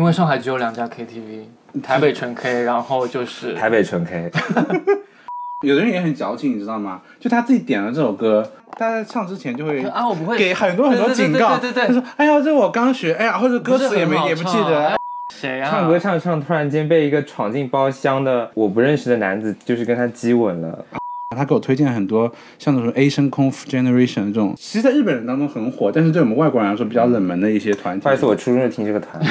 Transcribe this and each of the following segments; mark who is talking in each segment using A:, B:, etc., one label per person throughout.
A: 因为上海只有两家
B: 嗯
A: KTV，台北纯 K，然后就是
C: 台北纯 K，
B: 有的人也很矫情，你知道吗？就他自己点了这首歌，他在唱之前就会
A: 啊，我不会
B: 给很多很多警告，
A: 对对对对对
B: 他说：“哎呀，这我刚学，哎呀，或者歌词也
A: 不
B: 没
A: 是很好
B: 也不记
A: 唱
B: 得
A: 哎。谁啊？
C: 唱歌唱着唱着，突然间被一个闯进包厢的我不认识的男子，就是跟他激吻了。”
B: 他给我推荐很多像那种 Asian Conf Generation 这种，其实在日本人当中很火，但是对我们外国人来说比较冷门的一些团体。
C: 不好意思，我初中就听这个团，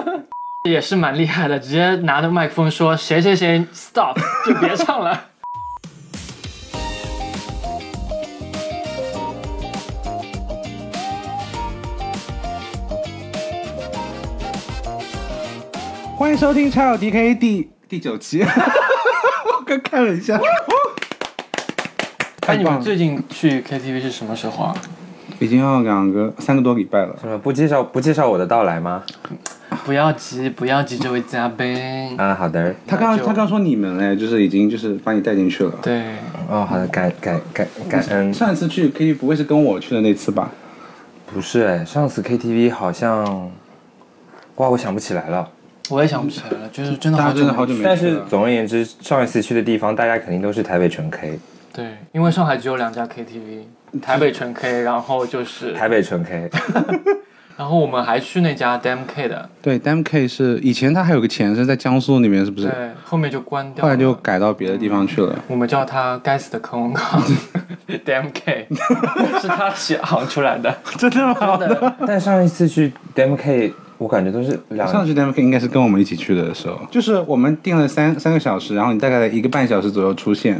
A: 也是蛮厉害的， 直接拿着麦克风说谁谁谁 stop 就别唱了。
B: 欢迎收听《叉 DK》第第九期。 我刚看了一下，
A: 哎，
B: 太
A: 你
B: 棒
A: 们
B: 了，
A: 最近去 KTV 是什么时候啊？
B: 已经要两个三个多礼拜了。
C: 什么不介绍不介绍我的到来吗？
A: 不要急，不要急，这位嘉宾。
C: 啊，好的，
B: 他刚
A: 那
B: 刚
A: 就
B: 他刚说你们嘞，就是已经就是把你带进去了。
A: 对，
C: 哦，好的，感感感感恩。
B: 上一次去 KTV 不会是跟我去的那次吧？
C: 不是哎，上次 KTV 好像，哇，我想不起来了。
A: 我也想不起来了，就是真的
B: 大
A: 好
B: 家真的好
A: 久
B: 久
A: 没。
B: 没啊
C: 但
B: 去
C: 是
B: 了。
C: 总而言之，上一次去的地方，大家肯定都是台北纯 K，
A: 对，因为上海只有两家
B: 嗯
A: KTV，台北纯 K，然后就是，
C: 台北纯 K。
A: 然后我们还去那家 Dam K 的，
B: 对，Dam K 是以前他还有个前身在江苏那边，是不是？
A: 对，后面就关掉
B: 后
A: 了。
B: 来就改到别的地方去了。
A: 我们叫它该死的坑文 港，Dam K，是 他起行出来的，
B: 真的吗？
A: 真的。
C: 但上一次去 Dem K，我感觉都是两
B: 上次去 Dam K 应该是跟我们一起去的时候，就是我们定了三三个小时，然后你大概一个半小时左右出现。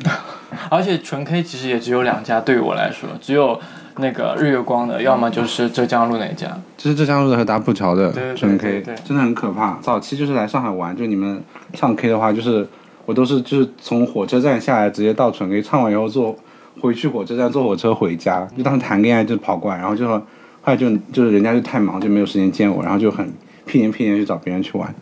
A: 而且纯 K 其实也只有两家，对于我来说，只有那个日月光的，要么就是浙江路那一家。
B: 这是浙江路的和打浦桥
A: 对对
B: 的
A: 对对
B: 纯 K，
A: 对对
B: 真的很可怕。早期就是来上海玩，就你们唱 K 的话，就是我都是就是从火车站下来直接到纯 K，唱完以后坐回去火车站坐火车回家。就当时谈恋爱就跑过来，然后就说后来就就是人家就太忙就没有时间见我，然后就很屁颠屁颠去找别人去玩。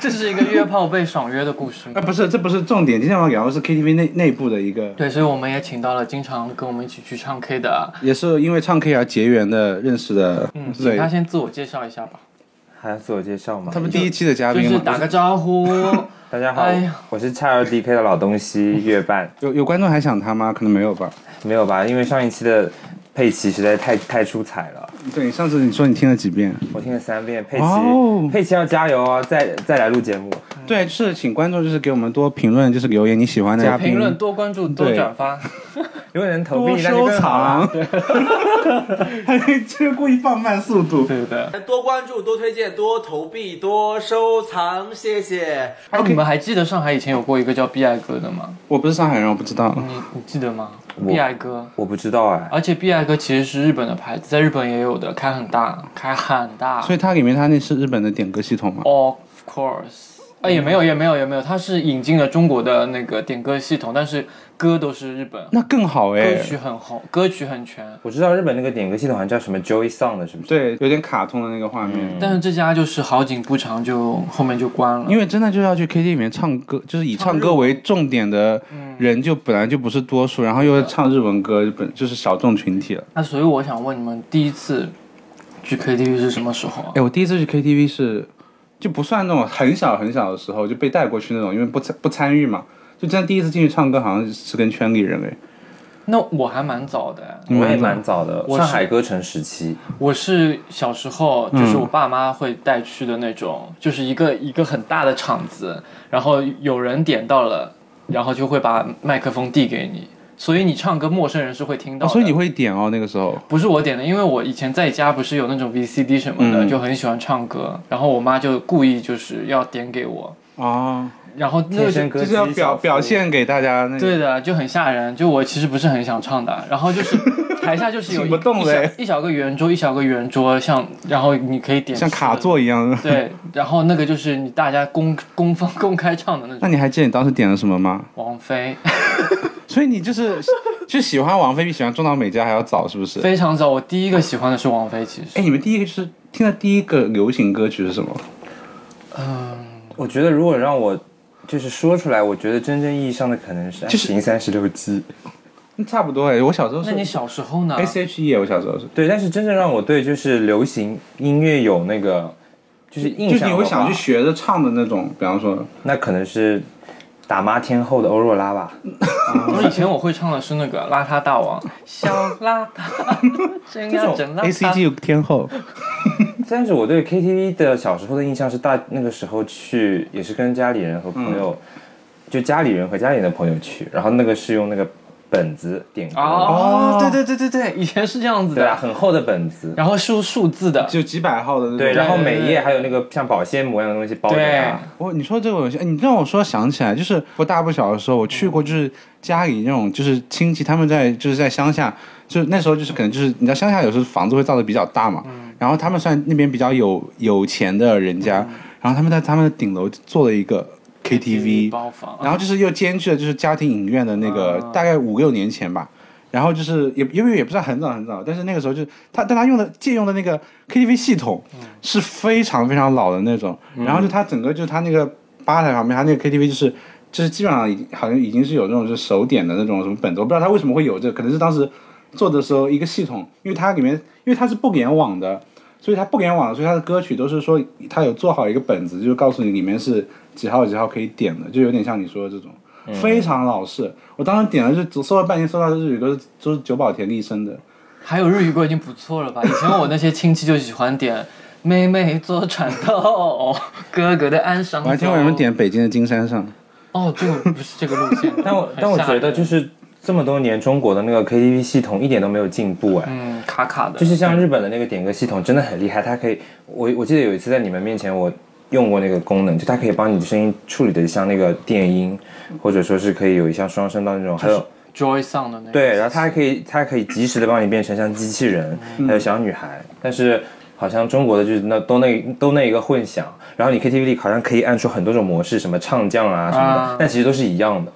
A: 这是一个约炮被爽约的故事吗
B: 啊，？不是，这不是重点，今天我要聊的是 KTV 内内部的一个，
A: 对，所以我们也请到了经常跟我们一起去唱 K 的，
B: 也是因为唱 K 而结缘的认识的，
A: 嗯，请
B: 对
A: 他，先自我介绍一下吧，
C: 还要自我介绍吗
B: 他？们第一期的嘉
A: 就
B: 宾
A: 是
B: 嘛。
A: 打个招呼。
C: 大家好
A: 哎呀，
C: 我是叉 L D K 的老东西月半。
B: 有有观众还想他吗？可能没有吧。
C: 没有吧？因为上一期的佩奇实在太太出彩了，
B: 对，上次你说你听了几遍？
C: 我听了三遍。佩奇，
B: 哦
C: 佩奇要加油哦，再再来录节目。
B: 对，是请观众就是给我们多评论，就是留言你喜欢 的嘉宾，
A: 评论多关注多
B: 对
A: 转发，
C: 如果能投
B: 多
C: 币，那就
B: 收
C: 更好了。
A: 啊
B: 藏， 这个故意放慢速度。
A: 对不对？哎
D: 多关注、多推荐、多投币、多收藏，谢谢。
A: 哎你们还记得上海以前有过一个叫 B I 哥的吗？
B: 我不是上海人，我不知道。
A: 你你记得吗？B I 哥，
C: 我不知道哎，
A: 而且 B I 哥其实是日本的牌子，在日本也有的，开很大，开很大。
B: 所以它里面它那是日本的点歌系统嘛？
A: Of course，啊、也没有也没有也没有，它是引进了中国的那个点歌系统，但是歌都是日本，
B: 那更好哎
A: 歌。曲很红，歌曲很全。
C: 我知道日本那个点歌系统好像叫什么 Joy Song 的，是不是？
B: 对，有点卡通的那个画面。
A: 但是这家就是好景不长就，后面就关了。
B: 因为真的就要去 KTV 里面唱歌，就是以唱歌为重点的
A: 嗯
B: 人就本来就不是多数，然后又唱日文歌，本就是小众群体了。
A: 那所以我想问你们，第一次去 KTV 是什么时候啊？
B: 哎，我第一次去 KTV 是，就不算那种很小很小的时候就被带过去那种，因为不参不参与嘛，就真的第一次进去唱歌，好像是跟圈里人哎。
A: 那我还蛮早的，哎
B: 嗯
C: 我也蛮早的，
A: 我是
C: 上海歌城时期。
A: 我是小时候
B: 嗯
A: 就是我爸妈会带去的那种，就是一个一个很大的场子，然后有人点到了，然后就会把麦克风递给你，所以你唱歌陌生人是会听到
B: 哦，
A: 的。
B: 所以你会点哦，那个时候。
A: 不是我点的，因为我以前在家不是有那种 VCD 什么的，
B: 嗯
A: 就很喜欢唱歌，然后我妈就故意就是要点给我，
B: 哦，
A: 然后那
C: 天
A: 个
C: 生歌
B: 就
C: 姬
B: 是要表
C: 小夫
B: 表。现给大家那个。
A: 对的，就很吓人。就我其实不是很想唱的，然后就是 台下就是有一
B: 请不动
A: 一
B: 嘞
A: 小一小个圆桌，一小个圆桌，像然后你可以点
B: 像
A: 吃
B: 卡
A: 的
B: 座一样的。
A: 对，然后那个就是你大家公公放公开唱的那
B: 那
A: 种
B: 你还记得你当时点了什么吗？
A: 王菲，
B: 所以你就是就喜欢王菲比喜欢中岛美嘉还要早，是不是？
A: 非常早。我第一个喜欢的是王菲，其实
B: 哎，你们第一个就是听的第一个流行歌曲是什么？
C: 我觉得如果让我就是说出来，我觉得真正意义上的可能是《爱
B: 就是
C: 情三十六计》。
B: 嗯差不多哎，我小时候
A: 那你
B: 是
A: 小时候
B: 哎
A: 呢？
B: S H E，我小时候是。
C: 对，但是真正让我对就是流行音乐有那个就是印
B: 就
C: 象
B: 是你
C: 的
B: 会想
C: 话
B: 去学着唱的那种，比方说，
C: 那可能是打骂天后的欧若拉吧。
A: 我以前我会唱的是那个邋遢大王，小 邋遢，真要真邋遢。
E: A C G 天后，
C: 但是我对 KTV 的小时候的印象是大那个时候去也是跟家里人和朋友，
A: 嗯
C: 就家里人和家里人的朋友去，然后那个是用那个本子点歌，
A: 哦，对对对对对，以前是这样子
C: 对啊，
A: 的，
C: 很厚的本子，
A: 然后是数字的，
B: 就几百号的那种。
C: 对，然后每
A: 对
C: 页还有那个像保鲜膜一样的东西包着
A: 对
C: 它。，
B: 我你说这个游戏，哎你让我说想起来，就是我大不小的时候，我去过就是家里那种就是亲戚，他们在就是在乡下，就是那时候就是可能就是你知道乡下有时候房子会造的比较大嘛，然后他们算那边比较有有钱的人家，然后他们在他们的顶楼做了一个 KTV，
A: 包房，
B: 然后就是又兼具了就是家庭影院的那个，大概五六年前吧。然后就是也因为也不算很早很早，但是那个时候就是他，但他用的借用的那个 KTV 系统是非常非常老的那种。然后就他整个就是他那个吧台旁边，他那个 KTV 就是就是基本上已好像已经是有那种就是手点的那种什么本子，我不知道他为什么会有这个，可能是当时做的时候一个系统，因为它里面因为它是不联网的，所以它不联网，所以它的歌曲都是说它有做好一个本子，就是告诉你里面是几号几号可以点的，就有点像你说的这种，
A: 嗯
B: 非常老式。我当时点了就搜了半天，搜到的日语歌都是久保田利生的，
A: 还有日语歌已经不错了吧？以前我那些亲戚就喜欢点“妹妹坐船头，哥哥的岸上
B: 我
A: 走”，
B: 还听过有人点北京的金山上，
A: 哦，这个不是这个路线
C: 但我但我觉得就是是这么多年中国的那个 KTV 系统一点都没有进步哎，
A: 嗯卡卡的，
C: 就是像日本的那个点歌系统真的很厉害，它可以，我我记得有一次在你们面前我用过那个功能，就它可以帮你的声音处理的像那个电音，或者说是可以有一像双声道那种，还有
A: Joy Song 的那个，
C: 对，然后它还可以它还可以及时的帮你变成像机器人，
A: 嗯
C: 还有小女孩，但是好像中国的就是那都那都那一个混响，然后你 KTV 里好像可以按出很多种模式，什么唱将啊什么的，
A: 啊
C: 但其实都是一样的。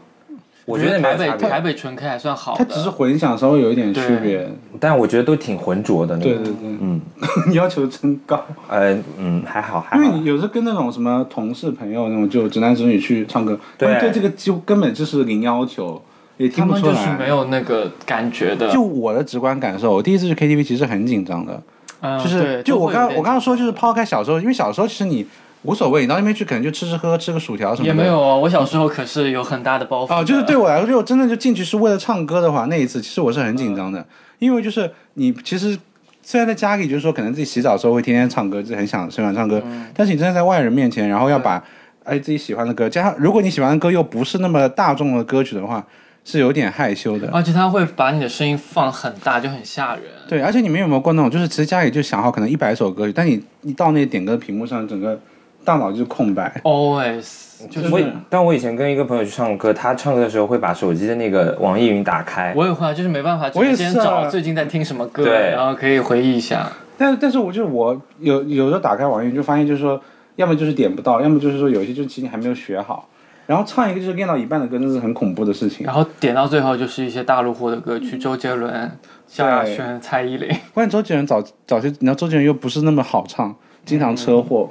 C: 我
A: 我
C: 觉得没
A: 台
C: 有差
A: 北台
C: 别，
A: 北纯 K 还算好
B: 它
A: 的，
B: 只是混响稍微有一点区别。
C: 但我觉得都挺浑浊的。那
B: 对
C: 个
B: 对，对，
C: 嗯，
B: 你 要求真高，
C: 呃，嗯，还好，还
B: 因为
C: 好
B: 你。有时候跟那种什么同事朋友那种就直男直女去唱歌，他们
C: 对
B: 对这个几乎根本就是零要求，也
A: 他
B: 听不
A: 们
B: 出来。
A: 就是没有那个感觉的，
B: 就我的直观感受，我第一次去 KTV 其实很紧张的，
A: 嗯
B: 就是
A: 对
B: 就我
A: 会有
B: 刚
A: 点
B: 我刚刚说就是抛开小时候，因为小时候其实你无所谓，你到那边去可能就吃吃喝喝吃个薯条什么
A: 也
B: 的。
A: 没有哦，我小时候可是有很大的包袱的
B: 哦，就是对我来说，就真的就进去是为了唱歌的话，那一次其实我是很紧张
A: 嗯
B: 的，因为就是你其实虽然在家里就是说可能自己洗澡的时候会天天唱歌，就很想喜欢唱歌，
A: 嗯
B: 但是你真的在外人面前，然后要把哎自己喜欢的歌，加上如果你喜欢的歌又不是那么大众的歌曲的话，是有点害羞的。
A: 而且他会把你的声音放很大，就很吓人。
B: 对，而且你们有没有过那种，就是其实家里就想好可能一百首歌曲，但你一到那点歌屏幕上，整个大脑就是空白。
A: Always 就是
C: 我以但我以前跟一个朋友去唱歌，他唱歌的时候会把手机的那个网易云打开，
A: 我也会啊，就是没办法，
B: 我也
A: 今天
B: 是啊
A: 找最近在听什么歌，
C: 对
A: 然后可以回忆一下。
B: 但是但是我就是我有有时候打开网易云就发现就是说，要么就是点不到，要么就是说有一些就是其实你还没有学好，然后唱一个就是练到一半的歌，那是很恐怖的事情
A: 然。后点到最后就是一些大陆货的歌曲，周杰伦、萧亚
B: 对
A: 轩、蔡依林。
B: 关键周杰伦早早些，你知道周杰伦又不是那么好唱，经常车祸，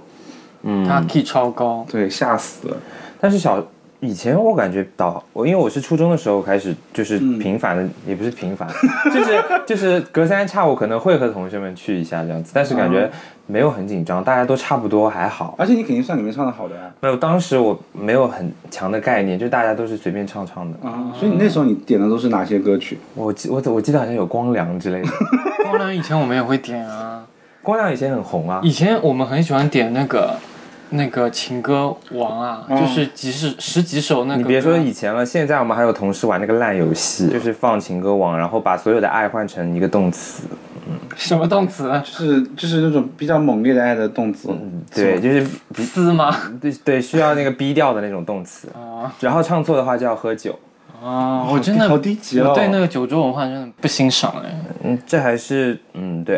C: 嗯
A: 他 key 超高，
B: 对，吓死了。
C: 但是小以前我感觉到，我因为我是初中的时候开始，就是
A: 嗯
C: 频繁的，也不是频繁， 就是就是隔三差五可能会和同学们去一下这样子，但是感觉
A: 嗯
C: 没有很紧张，大家都差不多还好。
B: 而且你肯定算里面唱的好的呀、
C: 没有，当时我没有很强的概念，就大家都是随便唱唱的。
B: 啊，所以你那时候你点的都是哪些歌曲？
C: 我记我我记得好像有光良之类的，
A: 光良以前我们也会点啊，
C: 光良以前很红
B: 嗯
C: 啊。
A: 以前我们很喜欢点那个那个情歌王啊，
B: 嗯
A: 就是几十十几首那个
C: 你
A: 歌。
C: 别说以前了，现在我们还有同事玩那个烂游戏，就是放情歌网，然后把所有的爱换成一个动词。
A: 什么动词
B: 就是就是那种比较猛烈的爱的动词。
C: 对，就是比
A: 撕吗？
C: 对对需要那个逼调的那种动词。
A: 哦
C: 然后唱错的话就要喝酒。
A: 哦，我真的
B: 啊好低级哦
A: 我对那个九州文化真的不欣赏哎。
C: 嗯，这还是嗯对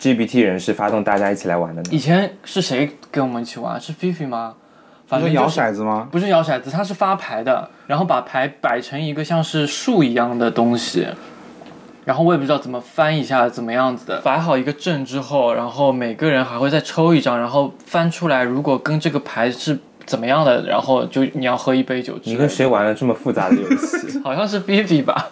C: LGBT 人士发动大家一起来玩的
A: 以
C: 呢。
A: 前是谁跟我们一起玩？啊是菲菲吗？
B: 你
A: 反
B: 说
A: 正
B: 摇
A: 就是
B: 骰子吗？
A: 不是摇骰子，它是发牌的，然后把牌摆成一个像是树一样的东西，然后我也不知道怎么翻一下怎么样子的。摆好一个阵之后，然后每个人还会再抽一张，然后翻出来，如果跟这个牌是怎么样的，然后就你要喝一杯酒之类
C: 你
A: 的。
C: 跟谁玩了这么复杂的游戏？
A: 好像是 B B 吧？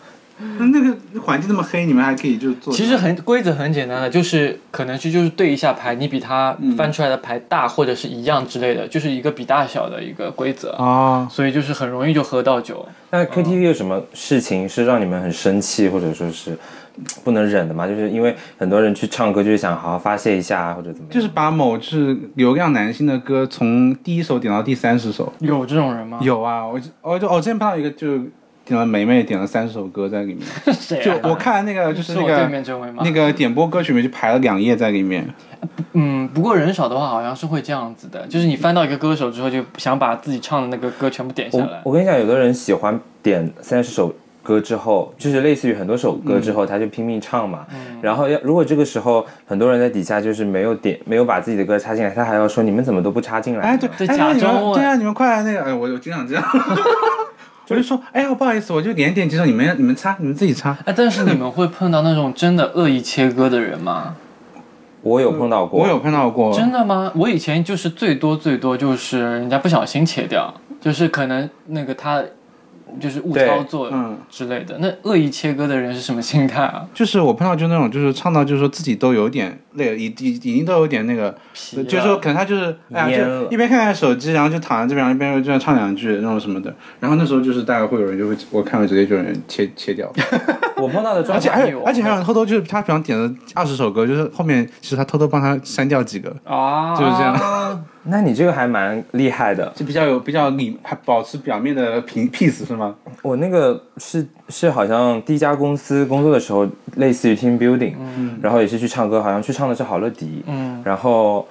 B: 那那个环境那么黑，你们还可以就 做。
A: 其实很规则很简单的，就是可能是就是对一下牌，你比他翻出来的牌大或者是一样之类的，就是一个比大小的一个规则，
B: 啊，
A: 所以就是很容易就喝到酒。
C: 那 KTV 有什么事情是让你们很生气，或者说是不能忍的吗？就是因为很多人去唱歌就是想好好发泄一下，啊或者怎么样？
B: 就是把某就是流量男星的歌从第一首点到第三十首。
A: 有这种人吗？
B: 有啊，我就我就我之前碰到一个就点了梅梅点了三十首歌在里面，
A: 谁
B: 就
A: 啊？
B: 我看那个就是
A: 是
B: 那
A: 我对
B: 个
A: 面这位吗？
B: 那个点播歌曲里面就排了两页在里面。
A: 嗯，不过人少的话好像是会这样子的，就是你翻到一个歌手之后，就想把自己唱的那个歌全部点下
C: 我
B: 哦
A: 来。
C: 我跟你讲，有的人喜欢点三十首歌之后，就是类似于很多首歌之后，他就拼命唱嘛。
B: 嗯
C: 然后要如果这个时候很多人在底下就是没有点没有把自己的歌插进来，他还要说你们怎么都不插进来呢？
B: 哎，对，
A: 对
B: 哎
A: 假
B: 你
A: 装
B: 们
A: 问
B: 对啊，你们快来那个，哎，我我经常这样。 我就说，哎呀，不好意思，我就连点几首，你们你们擦，你们自己擦。
A: 哎，但是你们会碰到那种真的恶意切割的人吗？
C: 我有碰到过，
B: 我有碰到过，
A: 真的吗？我以前就是最多最多就是人家不小心切掉，就是可能那个他就是误
C: 对
A: 操作
B: 嗯
A: 之类的。那恶意切割的人是什么心态啊？
B: 就是我碰到就那种，就是唱到就是说自己都有点累了，已已已经都有点那个，
A: 皮啊
B: 就是说可能他就是哎呀，
C: 蔫
B: 就
C: 了
B: 一边看看手机，然后就躺在这边，然后一边就这样唱两句那种什么的。然后那时候就是大概会有人就会，我看了直接就有人切切 掉，
C: 我碰到的
B: 而
C: 状
B: 且
C: 态
B: 还
A: 哎
B: 有而且还有人偷偷就是他比方点了二十首歌，就是后面其实他偷偷帮他删掉几个，
A: 啊，
B: 就是这
A: 样。
C: 那你这个还蛮厉害的。
B: 就比较有比较你还保持表面的平 peace 是吗？
C: 我那个是是好像第一家公司工作的时候，类似于 team building，、然
B: 嗯
C: 后也是去唱歌，好像去唱的是好乐迪，
A: 嗯
C: 然后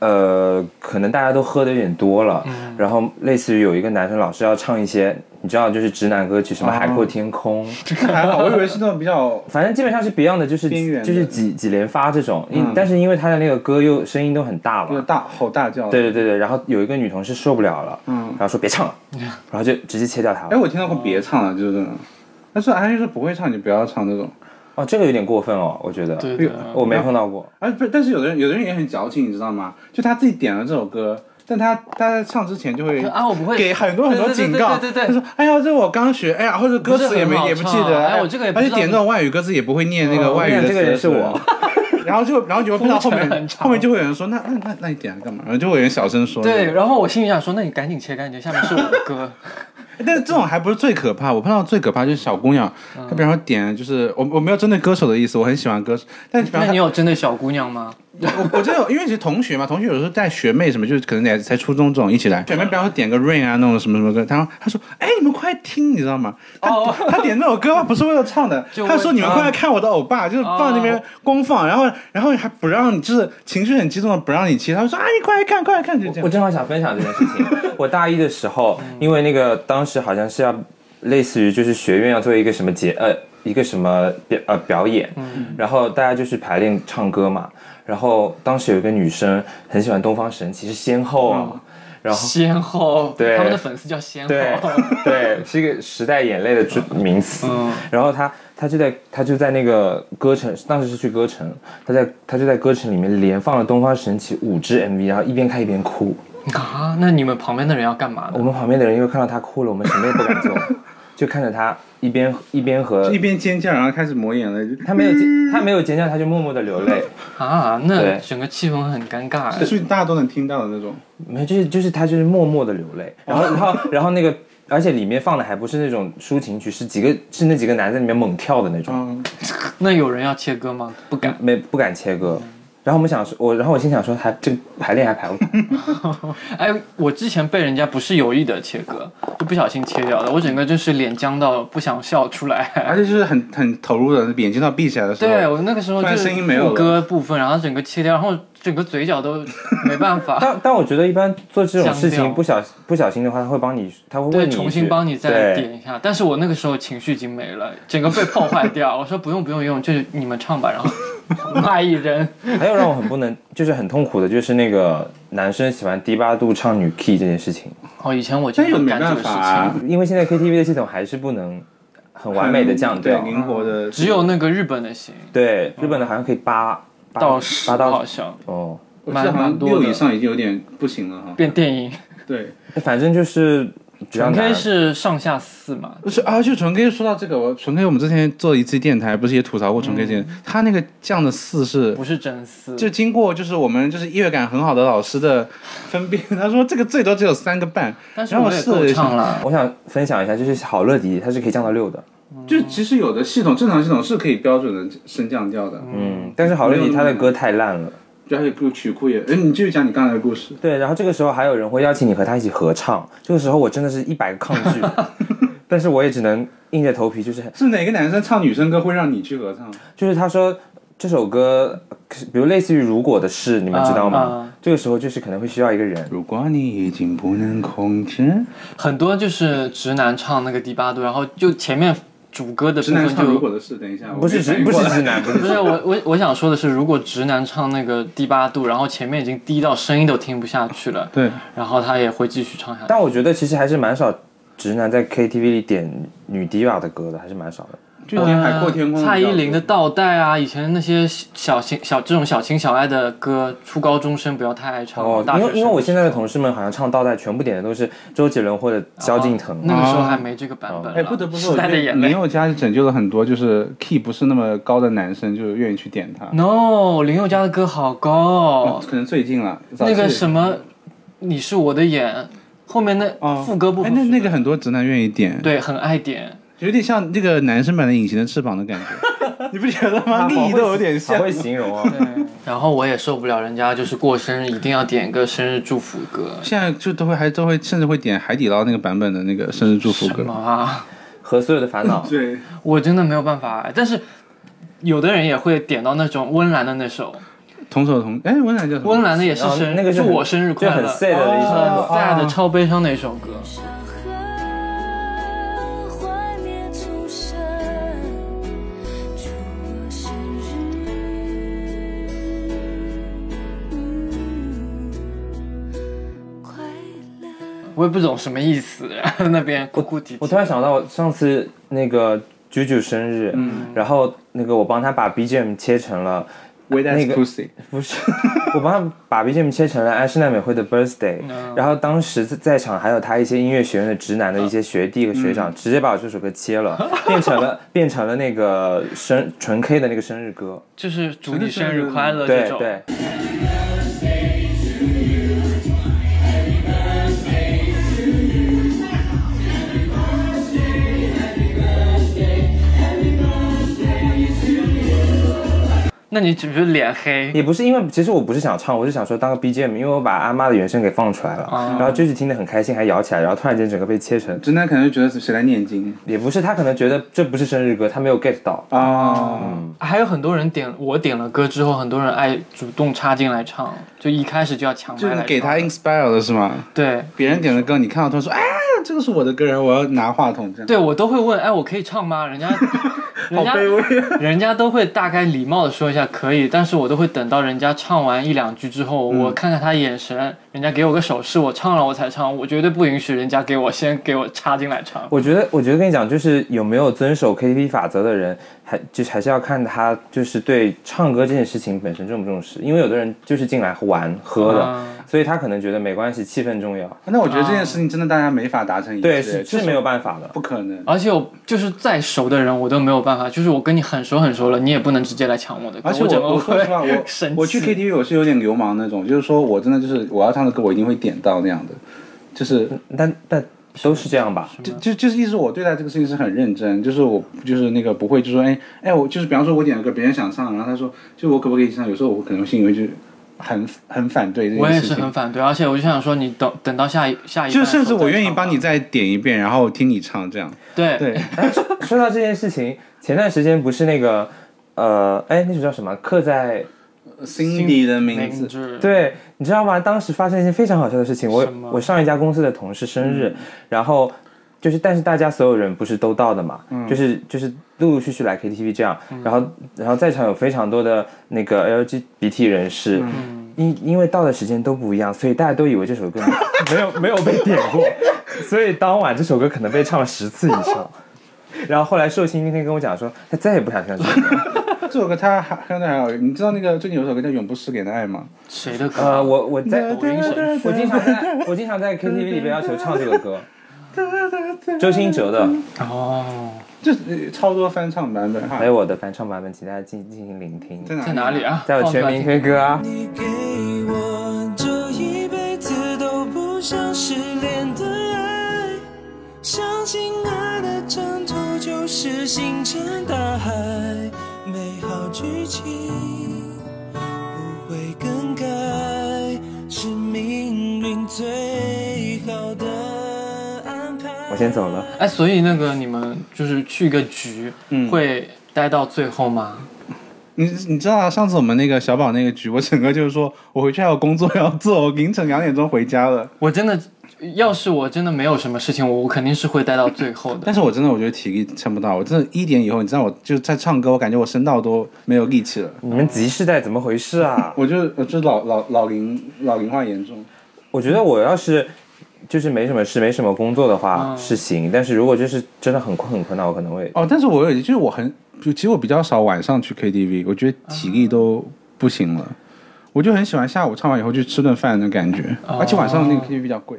C: 呃，可能大家都喝的有点多了，
B: 嗯
C: 然后类似于有一个男生老是要唱一些，你知道就是直男歌曲，什么
B: 哦
C: 海阔天空，
B: 还好，我以为是那种比较
C: 反正基本上是 Beyond 的，就是
B: 边缘的嗯
C: 就是几几连发这种，因、但是因为他的那个歌又声音都很大嘛，
B: 比较大吼大叫。
C: 对，对对对，然后有一个女同事受不了了，
B: 嗯
C: 然后说 别唱了，然后就直接切掉他
B: 哎，
C: 了。
B: 我听到过别唱了，就是这种，但是安逸是不会唱，你不要唱这种。
C: 哦，这个有点过分哦，我觉得。
A: 对嗯的，
C: 我没碰到过。
B: 而不是，但是有的人有的人也很矫情，你知道吗？就他自己点了这首歌，但他他在唱之前就会
A: 啊，我不会
B: 给很多很多
A: 对对
B: 警
A: 对
B: 告，
A: 对对
B: 他
A: 对
B: 说：“哎呀，这我刚学，哎呀，或者歌词也没
A: 不是很好
B: 也不记得，
A: 唱哎我这个也不
B: 而
A: 知
B: 且
A: 道哦
B: 点这种外语歌词也不会念那个外语的词，
C: 这个人是我。
B: 然后就然后 就会碰到后
A: 风尘很
B: 面
A: 长
B: 后面就会有人说：那那那那你点了干嘛？然后就会有人小声说：
A: 对，。然后我心里想说，那你赶紧切干净，下面是我的 歌。
B: 但是这种还不是最可怕，我碰到最可怕就是小姑娘，
A: 嗯
B: 她比方说点就是我我没有针对歌手的意思，我很喜欢歌手，但比方
A: 那
B: 说她
A: 你有针对小姑娘吗？
B: 我我真的有，因为其实同学嘛，同学有时候带学妹什么，就是可能也才初中这种一起来，学妹比方说点个 Rain 啊，那种什么什么歌，然后他说，哎，你们快听，你知道吗？他、
A: 哦
B: 他点那首歌不是为了唱的
A: 就，为哦
B: 他说你们快来看我的欧巴，就是放在那边光放，然后然后还不让你，就是情绪很激动的不让你切，他说啊，你快来看，快来看，就这
C: 我
B: 样。
C: 正好想分享这件事 情。我大一的时候，
A: 嗯
C: 因为那个当时好像是要类似于就是学院要做一个什么节呃一个什么表呃表演，
A: 嗯
C: 然后大家就去排练唱歌嘛。然后当时有一个女生很喜欢东方神起，是仙后
A: 嗯
C: 啊。然后
A: 先后，
C: 对
A: 他们的粉丝叫 先后。
C: 对对，是一个时代眼泪的专名词。
A: 嗯
C: 然后他他就在他就在那个歌城，当时是去歌城，他在他就在歌城里面连放了《东方神起》五支 MV，然后一边看一边哭。
A: 啊，那你们旁边的人要干嘛
C: 我
A: 呢？
C: 们旁边的人因为看到他哭了，我们什么也不 敢做，就看着他一边一边和
B: 一边尖叫，然后开始抹眼泪，
C: 他没有尖他没有尖叫，他就默默的流泪。
A: 啊，那
C: 对
A: 整个气氛很尴尬。
B: 就所以大家都能听到的那种。
C: 没有，就是就是他就是默默的流泪，然后然后然后那个，而且里面放的还不是那种抒情曲，是几个是那几个男在里面猛跳的那种，
B: 嗯，
A: 那有人要切割吗？不敢。
C: 没不敢切歌。然后我们想说，我然后我心想说，还这排练还排不 排？
A: 哎，我之前被人家不是有意的切割，就不小心切掉的，我整个就是脸僵到不想笑出来。
B: 而且就是很很投入的，眼睛到闭起来的时候，
A: 对我那个时候
B: 突
A: 就
B: 然
A: 是
B: 声音没有了
A: 副歌部分，然后整个切掉，然后整个嘴角都没办 法。
C: 但但我觉得一般做这种事
A: 僵掉
C: 情不小不小心的话，他会帮你，他会问
A: 对，
C: 你一
A: 重
C: 句
A: 新帮你再
C: 对
A: 点一下，但是我那个时候情绪已经没了，整个被破坏掉。我说不用不用用，就是你们唱吧，然后 骂一人。
C: 还有让我很不能， 就是很痛苦的，就是那个男生喜欢低八度唱女 key 这件事情，
A: 哦，以前我
B: 这
A: 经
B: 又
A: 常
B: 没
A: 干这
B: 办
A: 个事
B: 法、
A: 情
B: 啊，，
C: 因为现在 KTV 的系统还是不能很完美的降
B: 对
C: 调。
B: 灵活的，
A: 只有那个日本的行
C: 对，日本的好像可以八八
A: 到十，
C: 八
A: 好
C: 到
A: 像
C: 哦，
B: 我记得好
A: 蛮蛮
B: 像
A: 多
B: 六
A: 的
B: 以上已经有点不行了哈。
A: 变电影。
B: 对，
C: 反正就是比较
A: 纯
C: 难
A: K。是上下四嘛？
B: 不是啊，就纯 K 说到这个，我纯 K 我们之前做一期电台，不是也吐槽过纯 K 这、他那个降的四是
A: 不是真四，
B: 就经过就是我们就是音乐感很好的老师的分辨，他说这个最多只有三个半，
A: 但是
B: 然后
A: 我也
B: 试了
A: 够
B: 一下
A: 唱了。
C: 我想分享一下，就是好乐迪它是可以降到六的，
B: 就其实有的系统正常系统是可以标准的升降调的，
C: 嗯，但是好乐迪它的歌太烂了。
B: 而且歌曲库也，哎，你继续讲你刚才的故事。
C: 对，然后这个时候还有人会邀请你和他一起合唱，这个时候我真的是一百个抗 拒，但是我也只能硬着头皮，就是
B: 是哪个男生唱女生歌会让你去合唱？
C: 就是他说这首歌，比如类似于《如果的事》，你们知道吗？
A: 啊啊
C: 这个时候就是可能会需要一个人，
B: 如果你已经不能控制，
A: 很多就是直男唱那个第八度，然后就前面主歌的部
B: 直男
A: 分
B: 唱如
A: 就。
B: 果的事，等一下，
C: 不是直不是 直男，不是
A: 不是我我我想说的是，如果直男唱那个第八度，然后前面已经低到声音都听不下去了，
B: 对，
A: 然后他也会继续唱下去。
C: 但我觉得其实还是蛮少直男在 KTV 里点女 diva 的歌的，还是蛮少的。
B: 就连海阔天空、
A: 呃蔡依林的《倒带》啊，以前那些小情小这种小情小爱的歌，初高中生不要太爱唱。
C: 哦，
A: 大
C: 因
A: 学
C: 为
A: 生
C: 因为我现在的同事们好像唱倒带，全部点的都是周杰伦或者萧敬腾。
A: 啊那个时候还没这个版本。
B: 啊哎，不得不说，
A: 时
B: 我觉
A: 代的
B: 得
A: 眼
B: 林
A: 泪。
B: 宥嘉是拯救了很多就是 key 不是那么高的男生，就愿意去点他。
A: No，林宥嘉的歌好高
B: 哦
A: 哦，，
B: 可能最近了，早
A: 那
B: 期
A: 个什么，你是我的眼，后面那
B: 哦
A: 副歌部
B: 哎
A: 分，
B: 那
A: 是
B: 那个很多直男愿意点，
A: 对很爱点。
B: 有点像那个男生版的《隐形的翅膀》的感觉，你不觉得吗？
C: 啊
B: 利
C: 好
B: 益
C: 会
B: 都有点像
C: 好。会 形容哦。
A: 然后我也受不了人家就是过生日一定要点个生日祝福歌，
B: 现在就都会还都会甚至会点海底捞那个版本的那个生日祝福
A: 什么
B: 歌。，
A: 啊？
C: 和所有的 烦恼
B: 对，
A: 我真的没有办法。哎但是有的人也会点到那种温岚的那首，
B: 同手同哎，温岚叫什么？
A: 温岚的也是
C: 然后
A: 生，
C: 嗯哦那个是
A: 祝
C: 很
A: 我生日
C: 就
A: 快
C: 很
A: 乐，
C: sad 的一首
B: 哦
C: 歌。
A: 很 sad 的超悲伤的一首歌。
E: 伤痕，幻灭出神，祝我生日、嗯、快乐。
A: 我也不懂什么意思， 然后那边哭哭啼
C: 我
A: 啼
C: 突。然想到上次那个九九生日，然后那个我帮他把 BGM 切成了，
B: Wait that's
C: 那个
B: pussy。
C: 不是， 我帮他把 BGM 切成了安室奈美惠的 Birthday，、然后当时在场还有他一些音乐学院的直男的一些学弟和学长，直接把我这首歌切了，变成了变成了那个生纯 K 的那个生日歌，
A: 就是祝你生日快乐这
C: 对
A: 种。
C: 对，
A: 那你只是脸黑，
C: 也不是因为其实我不是想唱，我是想说当个 BGM，因为我把阿妈的原声给放出来了，然后就是听得很开心，还摇起来，然后突然间整个被切成。
B: 直男可能觉得谁来念经
C: 也不是，他可能觉得这不是生日歌，他没有 get 到。
B: 啊？
A: 还有很多人点我点了歌之后，很多人爱主动插进来唱，就一开始就要抢麦
B: 就
A: 来
B: 是
A: 唱
B: 给他 inspire 的是吗？
A: 对
B: 别人点的歌，你看到他说哎，这个是我的歌，然后我要拿话筒这样。
A: 对，我都会问，哎，我可以唱吗？ 人家人家
B: 啊
A: 人家都会大概礼貌的说一下可以，但是我都会等到人家唱完一两句之后，
B: 嗯
A: 我看看他眼神，人家给我个手势，我唱了我才唱，我绝对不允许人家给我先给我插进来唱。
C: 我觉得，我觉得跟你讲，就是有没有遵守 KTV 法则的人，还就是还是要看他就是对唱歌这件事情本身重不重视。因为有的人就是进来玩喝的，
A: 啊
C: 所以他可能觉得没关系，气氛重要。
B: 那我觉得这件事情真的大家没法达成一致，
C: 对，是
B: 就是
C: 没有办法的。
B: 不可能。
A: 而且我就是再熟的人，我都没有办法。就是我跟你很熟很熟了，你也不能直接来抢我的歌。
B: 而且
A: 我整
B: 我
A: 个
B: 我说
A: 会
B: 实话，我
A: 生气。
B: 我去 KTV 我是有点流氓那种，就是说我真的就是我要唱的歌我一定会点到那样的，就是
C: 但但都是这样吧？
B: 就就就是意思我对待这个事情是很认真，就是我就是那个不会就说哎哎我就是比方说我点了歌别人想唱，然后他说就我可不可以唱，有时候我可能心里会就很很反对这
A: 我也
B: 件事
A: 是很
B: 情。
A: 反对，而且我就想说，你等等到下一下一，
B: 就甚至我愿意帮你。再点一遍，然后听你唱这样。
A: 对，
B: 对，
C: 说到这件事情，前段时间不是那个呃，哎，那首叫什么？刻在
B: 心底的名字，
A: 字，
C: 对，你知道吗？当时发生一件非常好笑的事情。我
A: 什么
C: 我上一家公司的同事生日，然后就是，但是大家所有人不是都到的嘛，就是就是陆陆续续来 KTV 这样，然后然后在场有非常多的那个 LGBT 人士。因因为到的时间都不一样，所以大家都以为这首歌 没有没有被点过， 所以当晚这首歌可能被唱了十次以上。然后后来寿星那天跟我讲说，他再也不想听这首歌了。
B: 这首歌它还相对还好，你知道那个最近有首歌叫《永不失给的爱》吗？
A: 谁的歌？
C: 呃，我我在
A: 抖音神
C: 我经常在我经常在 KTV 里被要求唱这个歌。周兴哲的，
A: 哦，
B: 这呃超多翻唱版本哈
C: 还。有我的翻唱版本，请大家进进行聆听，
A: 在哪里？啊？
C: 在我全民 K 歌啊。
F: 你给我这一辈子都不想失联的爱，相信爱的征途就是星辰大海，美好剧情不会更改，是命运最好的安排。
C: 我先走了，
A: 哎，所以那个你们就是去一个局，
C: 嗯
A: 会待到最后吗？
B: 你你知道啊上次我们那个小宝那个局，我整个就是说我回去还有工作要做，我凌晨两点钟回家了。
A: 我真的，要是我真的没有什么事情，我我肯定是会待到最后 的。
B: 但是我真的我觉得体力撑不到，我真的一点以后，你知道我就在唱歌，我感觉我声道都没有力气了。
C: 你们集市带怎么回事啊？
B: 我就我就老老老龄老龄化严重，
C: 我觉得我要是就是没什么事、没什么工作的话、是行，但是如果就是真的很困很困难，我可能会
B: 哦，但是我有就是我很就其实我比较少晚上去 KTV，我觉得体力都
A: 啊
B: 不行了。我就很喜欢下午唱完以后去吃顿饭的感觉，
A: 啊
B: 而且晚上那个 KTV 比较贵。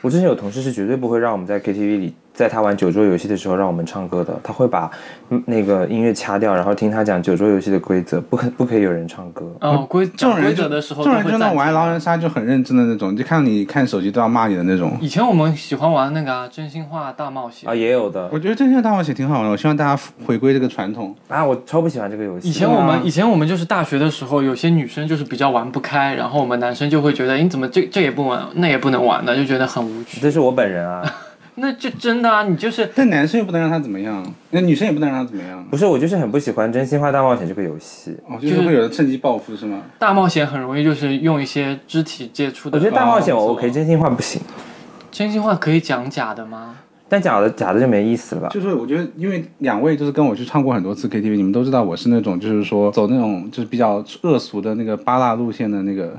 C: 我之前有同事是绝对不会让我们在 KTV 里，在他玩酒桌游戏的时候让我们唱歌的，他会把嗯那个音乐掐掉，然后听他讲酒桌游戏的规则，不可不可以有人唱歌。
A: 哦，规
B: 这种
A: 讲
B: 人
A: 规
B: 就
A: 则的时候，
B: 这种人就
A: 会
B: 那
A: 暂
B: 种玩
A: 停
B: 狼人杀就很认真的那种，就看你看手机都要骂你的那种。
A: 以前我们喜欢玩那个啊，真心话大冒险
C: 啊，。也有的
B: 我觉得《真相大冒险》挺好玩的，我希望大家回归这个传统。
C: 啊，我超不喜欢这个游戏。
A: 以前我们以前我们就是大学的时候，有些女生就是比较玩不开，然后我们男生就会觉得，诶你怎么这这也不玩，那也不能玩的，就觉得很无趣。
C: 这是我本人啊，
A: 那就真的啊，你就是
B: 但男生又不能让他怎么样，那女生也不能让他怎么样，
C: 不是我就是很不喜欢《真心话大冒险》这个游戏。
B: 哦，就是会有人趁机报复是吗？
A: 大冒险很容易就是用一些肢体接触的。
C: 我觉得大冒
A: 啊
C: 险我 OK，真心话不行，
A: 真心话可以讲假的吗？
C: 但假的假的就没意思了吧？
B: 就是我觉得，因为两位就是跟我去唱过很多次 KTV，你们都知道我是那种就是说走那种就是比较恶俗的那个八大路线的那个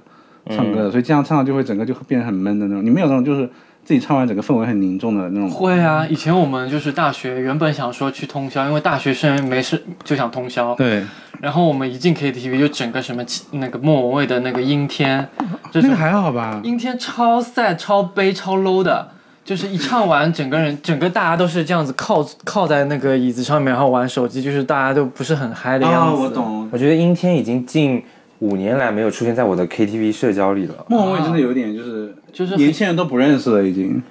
B: 唱歌的，所以这样唱就会整个就会变得很闷的那种。你们有那种就是自己唱完整个氛围很凝重的那种，
A: 会啊，以前我们就是大学原本想说去通宵，因为大学生没事就想通宵，
B: 对，
A: 然后我们一进 KTV 就整个什么起那个莫文蔚的那个阴天，这种
B: 那个还好吧？啊
A: 阴天超晒、超悲、超 low 的，就是一唱完，整个人 整个大家都是这样子靠靠在那个椅子上面，然后玩手机，就是大家都不是很嗨的样子。。
B: 懂。
C: 我觉得阴天已经近五年来没有出现在我的 KTV 社交里了，
B: 莫文蔚真的有点就是
A: 就是
B: 年轻人都不认识了已经。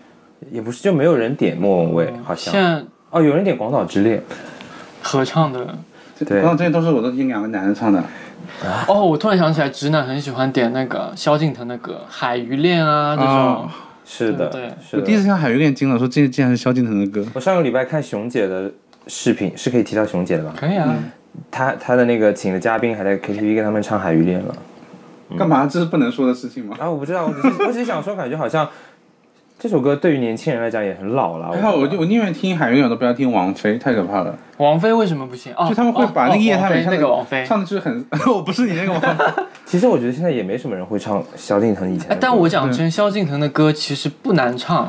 C: 也不是就没有人点莫文蔚，好
A: 嗯现
C: 像
A: 在
C: 哦有人点《广岛之恋》，
A: 合唱的
C: 对
B: 然后这些都是我都听两个男的唱的，
A: 哦，我突然想起来，直男很喜欢点那个萧敬腾的歌《海鱼恋》啊这种
B: 哦。
C: 是的
A: 对对，
C: 是
B: 我
C: 的。
B: 第一次听到海月恋惊了，说这竟然是萧敬腾的歌。
C: 我上个礼拜看熊姐的视频，是可以提到熊姐的吧？
A: 可以啊，
C: 她她的那个请的嘉宾还在 KTV 跟他们唱《海芋恋》了。
B: 干嘛？这是不能说的事情吗？
C: 啊，我不知道，我只是我只是想说，感觉好像这首歌对于年轻人来讲也很老了。
B: 还好，我
C: 觉
B: 就
C: 得
B: 我宁愿听海月恋，我都不要听王菲，太可怕了。
A: 王菲为什么不行？哦，
B: 就他们会把
A: 哦
B: 那个夜
A: 哦
B: 太
A: 王
B: 美
A: 菲
B: 唱
A: 那
B: 的
A: 个王菲。
B: 唱的就是很， 我不是你那个 王菲，
C: 其实我觉得现在也没什么人会唱萧敬腾以前的
A: 哎
C: 歌，，
A: 但我讲
B: 嗯
A: 真，萧敬腾的歌其实不难唱，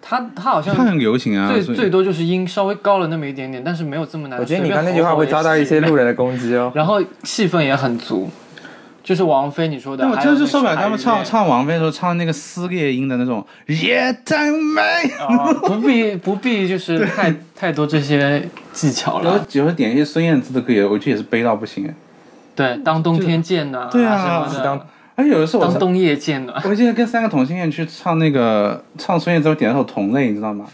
A: 他他好像
B: 它很流行啊，
A: 最
B: 所以
A: 最多就是音稍微高了那么一点点，但是没有这么难。
C: 我觉
A: 随
C: 得你
A: 便
C: 刚那
A: 吼
C: 句话
A: 吼
C: 会
A: 也
C: 遭到一些
A: 行
C: 路人的攻击哦。
A: 然后气氛也很足，就是王菲你说的，
B: 但我
A: 还
B: 真
A: 有
B: 的是
A: 那
B: 受不了
A: 个
B: 他们唱
A: 海芋
B: 唱王菲的时候唱那个撕裂音的那种夜太美，
A: 恋啊，不必不必就是太太多这些技巧
B: 然后
A: 了。
B: 有时候点一些孙燕姿的歌，也我觉得也是悲到不行哎。
A: 对，当冬天见暖、啊，
B: 对啊
A: 什
B: 是
A: 么的
C: 当，
B: 而且有的时候
A: 当
B: 我
A: 冬夜见暖。
B: 我记得跟三个同性恋去唱那个唱孙燕姿，我点了首《同类》，你知道吗？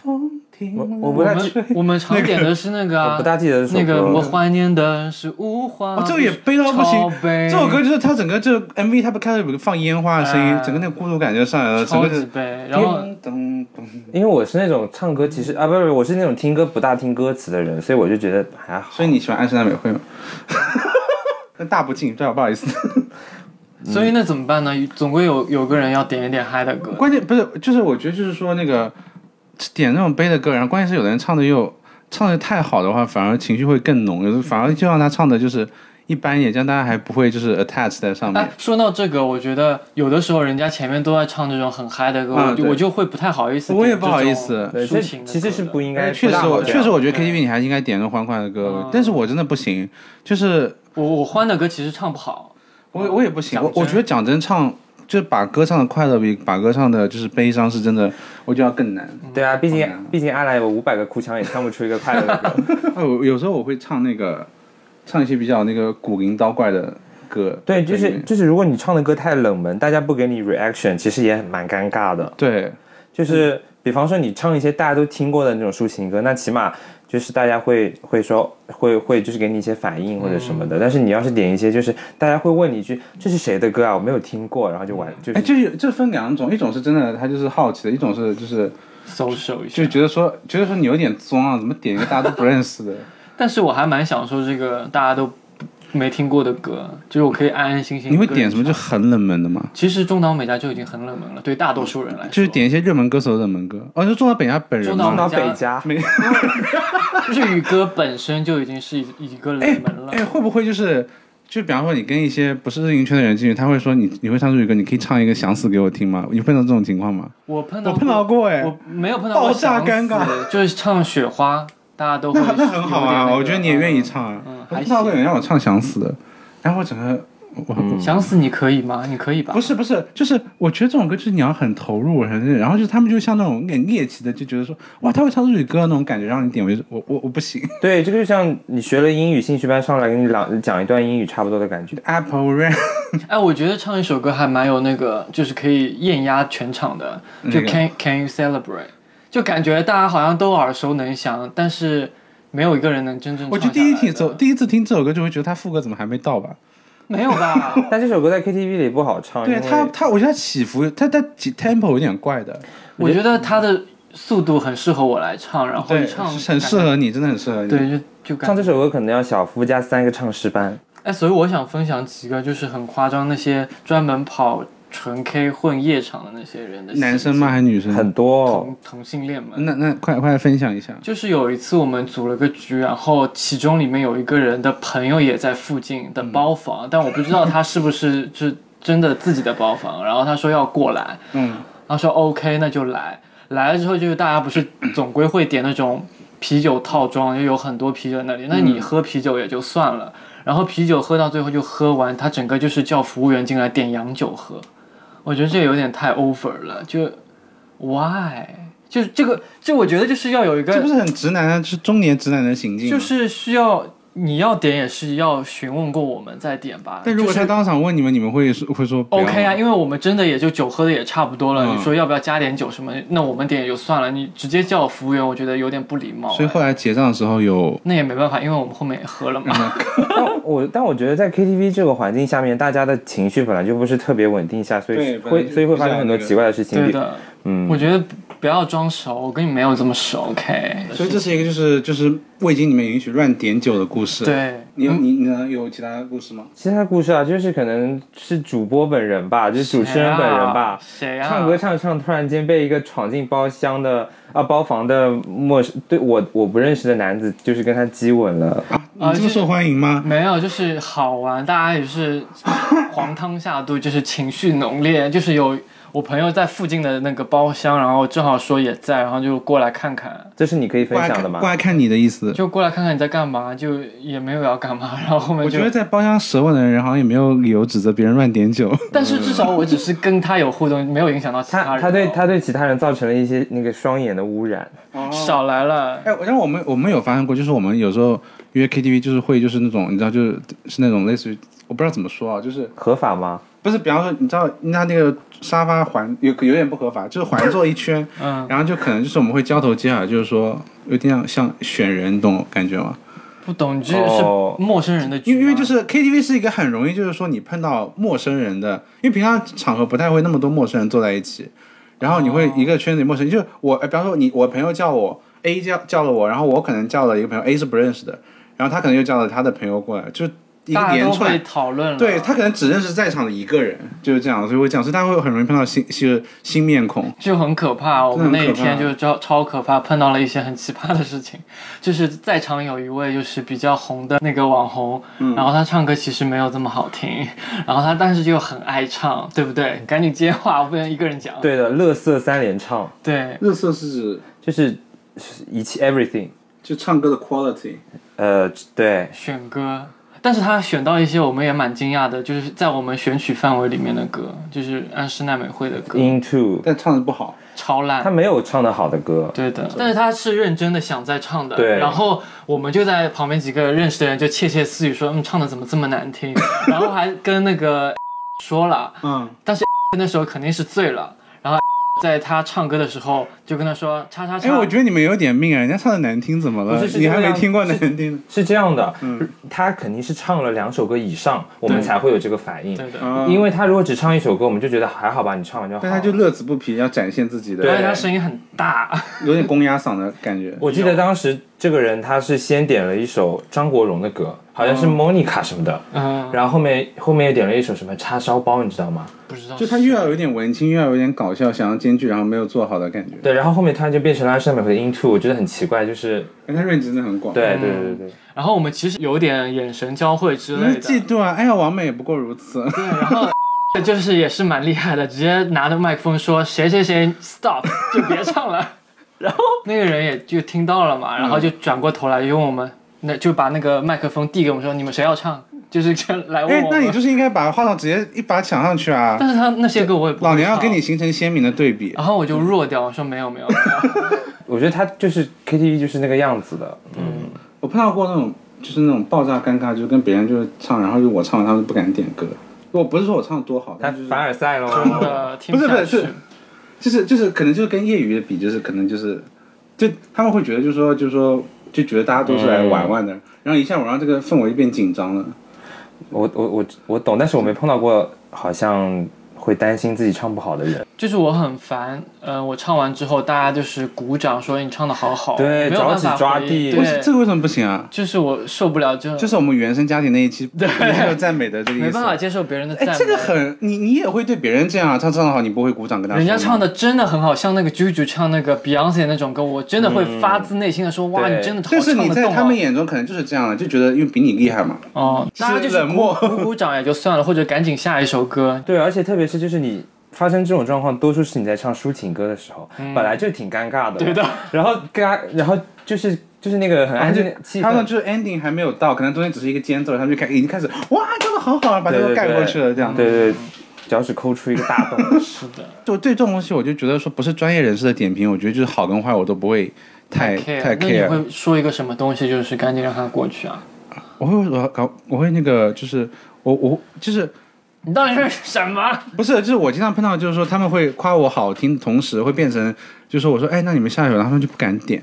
C: 我我不太
A: 我们我们常点的是那个
C: 我
A: 啊
C: 不，大记得这首歌
A: 那个我怀念的是无话
B: 哦
A: 不，
B: 这个也悲到不行
A: 超。悲
B: 这首歌就是它整个这 MV，它不开始有个放烟花的声音
A: 哎，
B: 整个那个孤独感就上来了，整
A: 超
B: 个
A: 级
B: 是
A: 悲。然后
B: 嗯咚咚咚
C: 因为我是那种唱歌其实啊不不，不我是那种听歌不大听歌词的人，所以我就觉得还好。
B: 所以你喜欢安室奈美惠吗？ 那大不敬，对啊吧？不好意思。
A: 所以那怎么办呢？总归有有个人要点一点嗨的歌。
B: 关键不是，就是我觉得就是说那个点那种悲的歌，然后关键是有的人唱的又唱的太好的话，反而情绪会更浓，有的反而就让他唱的就是一般一点，这样大家还不会就是 attach 在上面
A: 哎。，说到这个，我觉得有的时候人家前面都在唱这种很嗨的歌，
B: 嗯
A: 我就
B: 对
A: 我就会不太好意思。
B: 我也不好意思
C: 对，
A: 抒
C: 这
A: 情的
C: 其实是
A: 歌
C: 不
A: 的
C: 应
B: 哎
C: 该，
B: 确实
C: 不大
B: 我，
C: 好这
B: 确
C: 样
B: 实，我觉得
A: 对
B: KTV 你还应该点那种欢快的歌
A: 嗯，
B: 但是我真的不行，就是
A: 我我欢的歌其实唱不好，
B: 我我也不行，
A: 讲
B: 我
A: 真
B: 我觉得讲真唱就是把歌唱的快乐比把歌唱的就是悲伤是真的，我觉得要更难。
C: 对啊，毕竟
B: 好难啊
C: 毕竟阿来有五百个哭腔也唱不出一个快乐的 歌。
B: 啊，我有时候我会唱那个，唱一些比较那个古灵刀怪的歌。
C: 对，就
B: 因
C: 是
B: 为
C: 就是，如果你唱的歌太冷门，大家不给你 reaction，其实也很蛮尴尬的。
B: 对，
C: 就是比方说你唱一些大家都听过的那种抒情歌，那起码就是大家会会说会会就是给你一些反应或者什么
B: 嗯
C: 的。但是你要是点一些就是大家会问你一句这是谁的歌啊，我没有听过，然后就完就
B: 哎，
C: 是。
B: 就是这分两种，一种是真的他就是好奇的，一种是就是
A: ，social 一下
B: 就。觉得说觉得说你有点装啊，怎么点一个大家都不认识 的？
A: 但是我还蛮享受这个大家都不没听过的歌，就是我可以安安心心。
B: 你会点什么就？很冷门的吗？
A: 其实中岛美嘉就已经很冷门了，对大多数人来说，
B: 就是点一些热门歌手的冷门歌。哦，就中岛北亚本人
A: 中岛
C: 到
B: 吗？
C: 北家，
A: 就是宇哥本身就已经是一一个冷门了。
B: 哎，会不会就是？就比方说，你跟一些不是日音圈的人进去，他会说你你会唱日语歌，你可以唱一个《想死》给我听吗？你碰到这种情况吗？
A: 我碰到
B: 我碰到过哎
A: 我没有碰到过
B: 爆
A: 想
B: 炸
A: 死
B: 尴尬，
A: 就是唱雪花，大家都会
B: 那那 很好
A: 有点
B: 啊，
A: 那个
B: 我觉得你也愿意。唱啊。
A: 嗯
B: 我
A: 还
B: 碰到过
A: 行
B: 有人让我唱《想死》的，然后我整个我、我
A: 嗯想死你可以吗？你可以吧？
B: 不是不是，就是我觉得这种歌就是你要很投入，啊很认然后就是他们就像那种有点猎奇的，就觉得说哇他会唱日语歌那种感觉，让你点为我我我 不行。
C: 对，这个就像你学了英语兴趣班上来给你朗讲一段英语差不多的感觉。
B: Apple Rain
A: 哎，我觉得唱一首歌还蛮有那个，就是可以艳压全场的，就
B: 嗯那个
A: Can Can You Celebrate，就感觉大家好像都耳熟能详，但是没有一个人能真正
B: 我
A: 唱下哎
B: 就
A: 来的。
B: 第一听走第一次听这首歌就会觉得他副歌怎么还没到吧？
A: 没有吧？
C: 但这首歌在 KTV 里不好
A: 哦
C: 唱，因
B: 对
C: 为
B: 他他我觉得他起伏他他起 tempo 有点怪的，
A: 我觉得他的速度很适合我来唱，然后
B: 对，
A: 一唱
B: 很适
A: 感
B: 合你，真的很适合你。
A: 觉，对，就就感
C: 唱这
A: 觉。
C: 首歌可能要小夫加三个唱诗班。
A: 哎，所以我想分享几个就是很夸张那些专门跑纯 K 混夜场的那些人的
B: 男生
A: 行
B: 吗？
A: 径？
B: 还是女生？
C: 很多、哦。
A: 同同性恋们，
B: 那那快快分享一下。
A: 就是有一次我们组了个局，然后其中里面有一个人的朋友也在附近
B: 嗯
A: 的包房，但我不知道他是不 是是真的自己的包房。然后他说要过来，
B: 嗯，
A: 然后说 OK，那就来。来了之后就是大家不 是总归会点那种啤酒套装，就有很多啤酒在那里。那
B: 嗯
A: 你喝啤酒也就算了，然后啤酒喝到最后就喝完，他整个就是叫服务员进来点洋酒喝，我觉得这有点太 over 了，就 why？就是这个，就我觉得就是要有一个
B: 这不是很直男啊，是中年直男的行径啊吗。
A: 就是需要你要点也是要询问过我们再点吧。
B: 啊但如果
A: 就
B: 他
A: 是
B: 当场问你们，你们会说会说不要
A: OK 啊，因为我们真的也就酒喝的也差不多了，
B: 嗯
A: 你说要不要加点酒什么？那我们点也就算了，你直接叫服务员，我觉得有点不礼貌、
B: 所以后
A: 哎
B: 来结账的时候有，
A: 那也没办法，因为我们后面也喝了嘛。
B: 嗯
C: 但 我但我觉得在 KTV 这个环境下面，大家的情绪本来就不是特别稳定下，所以
B: 对本来
C: 会
B: 就
C: 所以会发生很多奇怪的事情。
A: 对
C: 比
A: 的，
C: 嗯，
A: 我觉得不要装熟，我跟你没有这么熟，OK？
B: 所以这是一个就是就是未经你们允许乱点酒的故事。，
A: 对，嗯
B: 你有你你呢有其他故事吗？
C: 其他故事啊，就是可能是主播本人吧，就是主持人本人吧，
A: 啊谁啊？谁啊
C: 唱歌唱着唱着，突然间被一个闯进包厢的啊包房的陌生对我我不认识的男子，就是跟他激吻了。
A: 啊
B: 你这
A: 就嗯
B: 么受欢迎吗？
A: 没有，就是好玩，大家也是黄汤下肚，就是情绪浓烈，就是有我朋友在附近的那个包厢，然后正好说也在，然后就过来看看，
C: 这是你可以分
B: 过来
C: 享的
B: 看过
C: 吗？
B: 来看你的意思。
A: 就过来看看你在干嘛，就也没有要干嘛，然后后面
B: 我
A: 就
B: 觉得，在包厢舌吻的人好像也没有理由指责别人乱点酒。
A: 但是至少我只是跟他有互动，没有影响到其
C: 他
A: 人。哦
C: 他对他对其他人造成了一些那个双眼的污染。
A: 少来了，
B: 哎，我让我们我们有发生过，就是我们有时候约 KTV 就是会就是那种你知道就是是那种类似于我不知道怎么说啊，就是
C: 合法吗？
B: 不是比方说你知道那那个沙发环有有点不合法，就是环坐一圈，
A: 嗯，
B: 然后就可能就是我们会交头接耳，就是说有点像像选人，你懂我感觉吗？
A: 不懂，这是
C: 哦
A: 陌生人的局
B: 因
A: 吗，
B: 为因为就是 KTV 是一个很容易就是说你碰到陌生人的，因为平常场合不太会那么多陌生人坐在一起，然后你会一个圈子里陌生人，就是我，呃比方说你我朋友叫我 A 叫叫了我，然后我可能叫了一个朋友 A 是不认识的，然后他可能又叫了他的朋友过来，就是一个
A: 大家
B: 连
A: 都会
B: 串。
A: 讨论了，
B: 对他可能只认识在场的一个人，就是这样，所以会这样，所以大家会很容易碰到新新新面孔。
A: 就很可怕。我们那一
B: 真的
A: 天
B: 很可
A: 就超超可怕，碰到了一些很奇葩的事情。 就是在场有一位就是比较红的那个网红，然后他唱歌其实没有这么好听， 然后他但是又很爱唱，对不对？赶紧接话，我不能一个人讲。
C: 对的，乐色三连唱
A: 对
B: 热色是指
C: 就是是一切 everything。
B: 就唱歌的 quality，
C: 呃，对，
A: 选歌。但是他选到一些我们也蛮惊讶的，就是在我们选曲范围里面的歌，就是安室奈美惠的歌，
C: 嗯 Into，
B: 但唱的不好，
A: 超烂
C: 他。没有唱的好的歌，
A: 对的，但是他是认真的想在唱的，
C: 对
A: 然后我们就在旁边几个认识的人就窃窃私语说，嗯，唱的怎么这么难 听？然后还跟那个 说了，
B: 嗯，
A: 那时候肯定是醉了。然后 在他唱歌的时候就跟他说，叉叉叉。
B: 哎，我觉得你们有点命啊，人家唱的难听怎么了
C: 不是？是
B: 你还
C: 这
B: 没
C: 样
B: 听过难听的？
C: 是这样的，
A: 嗯
C: 他肯定是唱了两首歌以上，我们才会有这个反应。
A: 对的，
B: 嗯
C: 因为他如果只唱一首歌，我们就觉得还好吧，你唱完就好。
B: 但他就乐此不疲，要展现自己
A: 而且
B: 的，
A: 他声音很大，
B: 有点公鸭嗓的感觉。
C: 我记得当时这个人他是先点了一首张国荣的歌，好像是 Monica 什么的，
A: 嗯，
C: 然后后面后面又点了一首什么叉烧包，你知道吗？
A: 不知道
B: 就他
A: 是
B: 又要有点文青，又要有点搞笑，想要兼具，然后没有做好的感觉。
C: 对，然后后面突然就变成了安室奈美惠的 Into，我觉得很奇怪，就是
B: 哎，他 range 真的很广。，
C: 对对对对对，
A: 然后我们其实有点眼神交汇之
B: 那
A: 类的，
B: 嫉妒啊！哎呀，王美也不过如此。
A: 对，然后就是也是蛮厉害的，直接拿着麦克风说谁谁谁 stop 就 别唱了，然后 那个人也就听到了嘛，然后
C: 嗯
A: 就转过头来问我们，那就把那个麦克风递给我们说你们谁要唱，就是这样来问
B: 哎
A: 我，
B: 那
A: 们。
B: 你就是应该把话筒直接一把抢上去啊！
A: 但是他那些歌我也不会
B: 老娘要
A: 唱
B: 跟你，形成鲜明的对比。
C: 啊
A: 然后我就弱掉，我说没有没有，没 有
C: 我觉得他就是 KTV 就是那个样子的，嗯，
B: 我碰到过那种，就是那种爆炸尴尬，就是跟别人就是唱，然后就我唱完他们就不敢点歌。我不是说我唱的多好，
C: 他
B: 但就是
C: 凡尔赛了
A: 真
C: 吗？
A: 的听
B: 不是不
A: 下
B: 是
A: 去
B: 是。就是就是可能就是跟业余的比，就是可能就是，就他们会觉得就是说就是说就觉得大家都是来
A: 嗯
B: 玩玩的，然后一下我让这个氛围就变紧张了。
C: 我我我我懂，但是我没碰到过好像会担心自己唱不好的人，
A: 就是我很烦，呃，我唱完之后，大家就是鼓掌说你唱的好好，
C: 对
A: 没有办法
C: 脚趾抓
A: 回
C: 地
A: 对
B: 不是，这个为什么不行啊？
A: 就是我受不了，就
B: 就是我们原生家庭那一期没有赞美的这个意思。
A: 没办法接受别人的赞美。
B: 哎，这个很你你也会对别人这样啊？他唱的好，你不会鼓掌跟他说
A: 人
B: 吗
A: 家唱的真的很好，像那个 JoJo 唱那个 Beyonce 那种歌，我真的会发自内心的说，哇，
C: 对
A: 你真的好
B: 但是
A: 唱
B: 你
A: 得
B: 在
A: 动
B: 他
A: 啊
B: 们！眼中可能就是这样了，就觉得因为比你厉害嘛。
A: 哦，大家就是
B: 冷漠
A: 鼓鼓鼓掌也就算了，或者赶紧下一首 歌。
C: 对，而且特别是就是你。发生这种状况，多数是你在唱抒情歌的时候，本来就挺尴尬的，
A: 嗯对的。
C: 然后尬，然后就是就是那个很安静的气氛，
B: 他们就是 ending 还没有到，可能中间只是一个间奏，他们就开已经开始哇唱的很好啊了，把这个
C: 对对
B: 盖过去了
C: 对
B: 这样。
C: 对对，脚趾抠出一个 大洞。
A: 是的，
B: 就对这种东西，我就觉得说不是专业人士的点评，我觉得就是好跟坏我都不会太太
A: 那你
B: care。
A: 会说一个什么东西，就是赶紧让它过去啊？
B: 我会我搞我会那个就是我我就是
A: 你到底是什么？
B: 不是就是我经常碰到就是说他们会夸我好听，同时会变成就是说我说哎那你们下一首，然后他们就不敢点。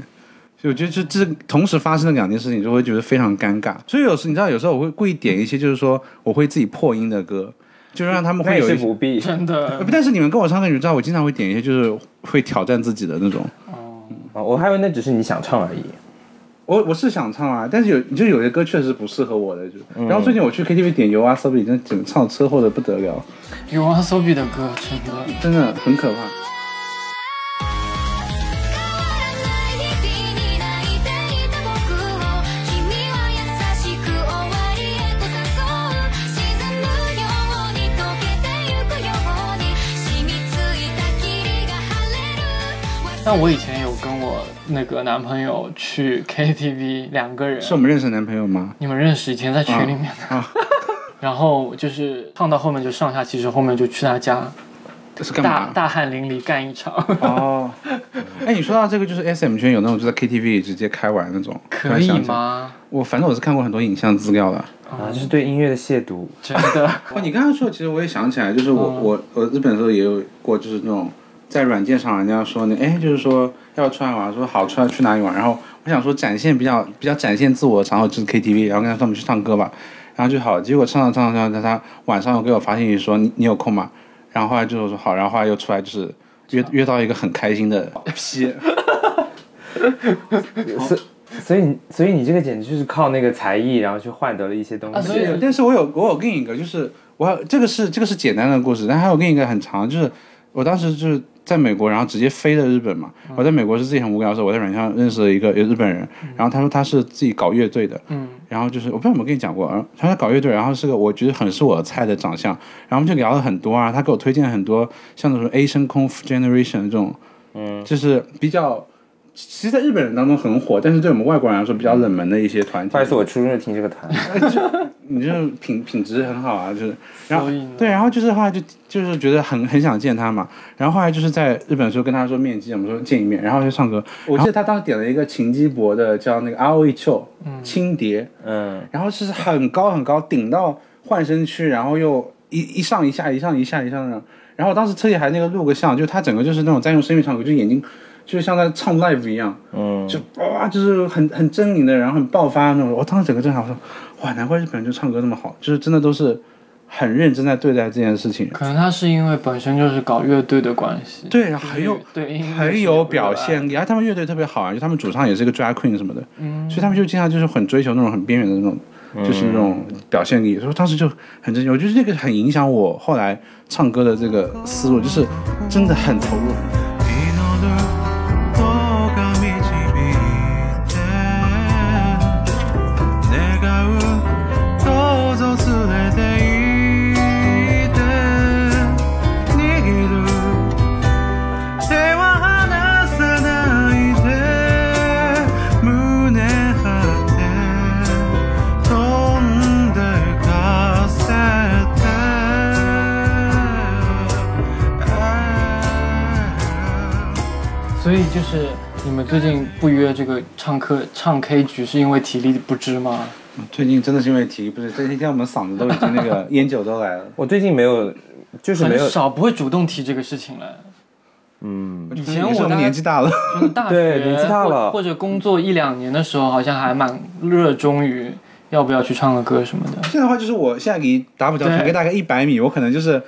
B: 所以我觉得这这同时发生的两件事情，就会觉得非常尴尬。所以有时你知道，有时候我会故意点一些，就是说我会自己破音的歌，就让他们
C: 那
B: 会
C: 也
B: 有
C: 是
B: 一些呃
C: 不必。
A: 真的
B: 但是你们跟我唱歌，你知道我经常会点一些就是会挑战自己的那种。
C: 啊我还以为那只是你想唱而已。
B: 我我是想唱啊，但是有就有些歌确实不适合我的。就然后最近我去 KTV 点《油啊 s o b 真的整唱车祸的不得了，
A: 有阿 s o b 的歌，真的
B: 真的很可怕。
E: 変わらない日々に泣いていた僕を君は優しく終わりへと誘う沈むように溶けてゆくように染みついた霧が晴れる
A: 但我以前有跟我那个男朋友去 KTV，两个人，
B: 是我们认识的男朋友吗？
A: 你们认识，以前在群里面的。
B: 啊
A: 然后就是唱到后面就上下其实后面就去他家，
B: 这是干
A: 大
B: 嘛？
A: 大汗淋漓干一 场，
B: 哦，哎，你说到这个，就是 S M 圈有那种就在 K T V 里直接开玩那种，
A: 可以？吗？
B: 我反正我是看过很多影像资料的。
A: 哦
C: 啊，这是对音乐的亵渎。
A: 真的，
B: 哦，你刚刚说，其实我也想起来，就是我、我我日本的时候也有过，就是那种在软件上人家说呢，哎，就是说要出来玩，说好出来去哪里玩，然后我想说展现比较比较展现自我的场合就是 KTV，然后跟他说我们去唱歌吧，然后就好，结果唱着唱着唱着，他晚上又给我发信息说你你有空吗？然后后来就说好，然后后来又出来就是约约到一个很开心的 P，
A: 哦
C: 所所以你所以你这个简直就是靠那个才艺，然后去换得了一些东
A: 啊
C: 西。
A: 所以
B: 对，但是我有我有另一个，就是我还有这个是这个是简单的故事，但还有另一个很长，就是我当时就是在美国，然后直接飞的日本嘛。我在美国是自己很无聊的时候，我在软件上认识了一个一个日本人，然后他说他是自己搞乐队的，
A: 嗯，
B: 然后就是我不知道有没有跟你讲过，啊，他在搞乐队，然后是个我觉得很是我的菜的长相，然后我们就聊了很多啊，他给我推荐很多像那种 Asian Conf Generation 这种，嗯，就是比较。其实在日本人当中很火，但是对我们外国人来说比较冷门的一些团体。
C: 不好意思，我初中就听这个团，
B: 你这种品品质很好啊，就是，然后
A: 所以呢
B: 对，然后就是后来就就是觉得很很想见他嘛，然后后来就是在日本的时候跟他说面基，我们说见一面，然后就唱歌。我记得他当时点了一个秦基博的叫那个 R O E 秋轻碟，
C: 嗯，
B: 然后是很高很高，顶到换身区，然后又一一上一下一上一下一上那种。然后我当时特意还那个录个像，就他整个就是那种在用声乐唱歌，就眼睛就是像在唱 live 一样，嗯，就哇，就是很很狰狞的，然后很爆发那种。我当时整个震撼，我说哇，难怪日本人就唱歌那么好，就是真的都是很认真在对待这件事情。
A: 可能他是因为本身就是搞乐队的关系，
B: 对，
A: 就是
B: 很有
A: 对音乐
B: 很
A: 是
B: 有
A: 有
B: 表
A: 热爱
B: 现力，而且他们乐队特别好啊，就他们主唱也是个 drag queen 什么的，
A: 嗯
B: 所以他们就经常就是很追求那种很边缘的那种，就是那种表现力。所以当时就很震惊，我觉得这个很影响我后来唱歌的这个思路，就是真的很投入。
A: 所以就是你们最近不约这个唱 K 唱 K 局，是因为体力不支吗？
B: 最近真的是因为体育不是，最近我们嗓子都已经那 个烟酒都来了。
C: 我最近没有，就是没
A: 很
C: 有，
A: 少不会主动提这个事情了。
C: 嗯，
A: 以前我
B: 是
A: 大
B: 我们
A: 概
B: 年纪大了，
A: 从大学
C: 对年纪大
A: 或
C: 了
A: 或者工作一两年的时候，好像还蛮热衷于要不要去唱个歌什么的。
B: 现在的话就是我现在离打比较
A: 对
B: 长，隔大概一百米，我可能就是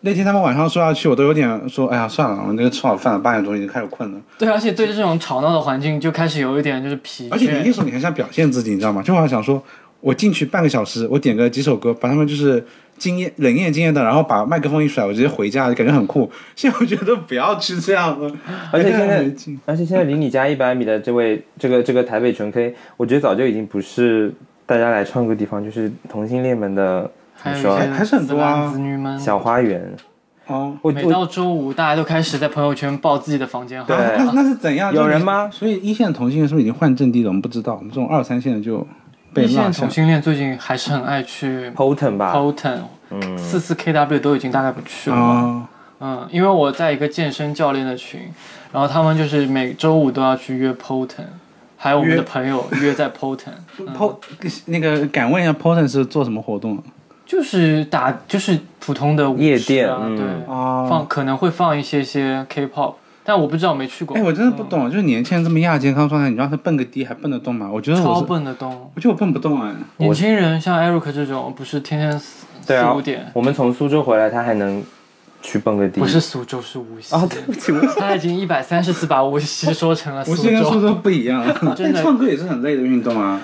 B: 那天他们晚上说要去，我都有点说，哎呀算了，我那个吃好饭了，八点钟已经开始困了。
A: 对，而且对这种吵闹的环境就开始有一点就是疲
B: 而且你那
A: 倦。
B: 时候你很想表现自己，你知道吗？就好像想说，我进去半个小时，我点个几首歌，把他们就是惊艳冷艳惊艳的，然后把麦克风一甩，我直接回家，感觉很酷。现在我觉得不要去这样了，
C: 而且现
B: 还
C: 在
B: 没劲，
C: 而且现在离你家一百米的这位，这个这个台北纯 K，我觉得早就已经不是大家来唱歌的地方，就是同性恋们的
A: 还
C: 怎么
A: 有
C: 说
A: 一些
C: 啊
B: 还是很多啊
A: 私男子女们，
C: 小花园。
B: 哦。
C: 我
A: 每
C: 我
A: 到周五大家都开始在朋友圈爆自己的房间号。
C: 对
B: 啊那那是怎样？
C: 有
B: 就是
C: 人吗
B: 所以一线同性恋是不是已经换阵地了？我们不知道，我们这种二三线的就被
A: 一线
B: 落下
A: 同。性恋最近还是很爱去
C: Poten 吧，
A: Poten，四
B: 嗯
A: 四 KW 都已经大概不去了。
B: 啊，
A: 嗯，因为我在一个健身教练的群，然后他们就是每周五都要去约 Poten，还有我们的
B: 约
A: 朋友约在 Poten，、嗯、
B: Po 那个敢问一下，Poten 是做什么活动
A: 就是打就是普通的舞池啊
C: 夜店嗯
A: 对，
B: 啊？
A: 放可能会放一些些 K-pop，但我不知道，我没去过。嗯
B: 哎，我真的不懂，就是年轻人这么亚健康状态，你让他蹦个迪还蹦得动吗？我觉得我
A: 超
B: 是，
A: 笨的动，
B: 我觉得我蹦不动哎。
A: 年轻人像 Eric 这种，不是天天四
C: 对
A: 四
C: 啊
A: 五点，，
C: 我们从苏州回来，他还能去蹦个迪。
A: 不是苏州是无锡，
C: 啊，对不起，我
A: 他已经一百三十次把无锡说成了
B: 无
A: 苏
B: 锡跟苏
A: 州。
B: 州不一样，
A: 真的
B: 但 唱歌也是很累的运动啊。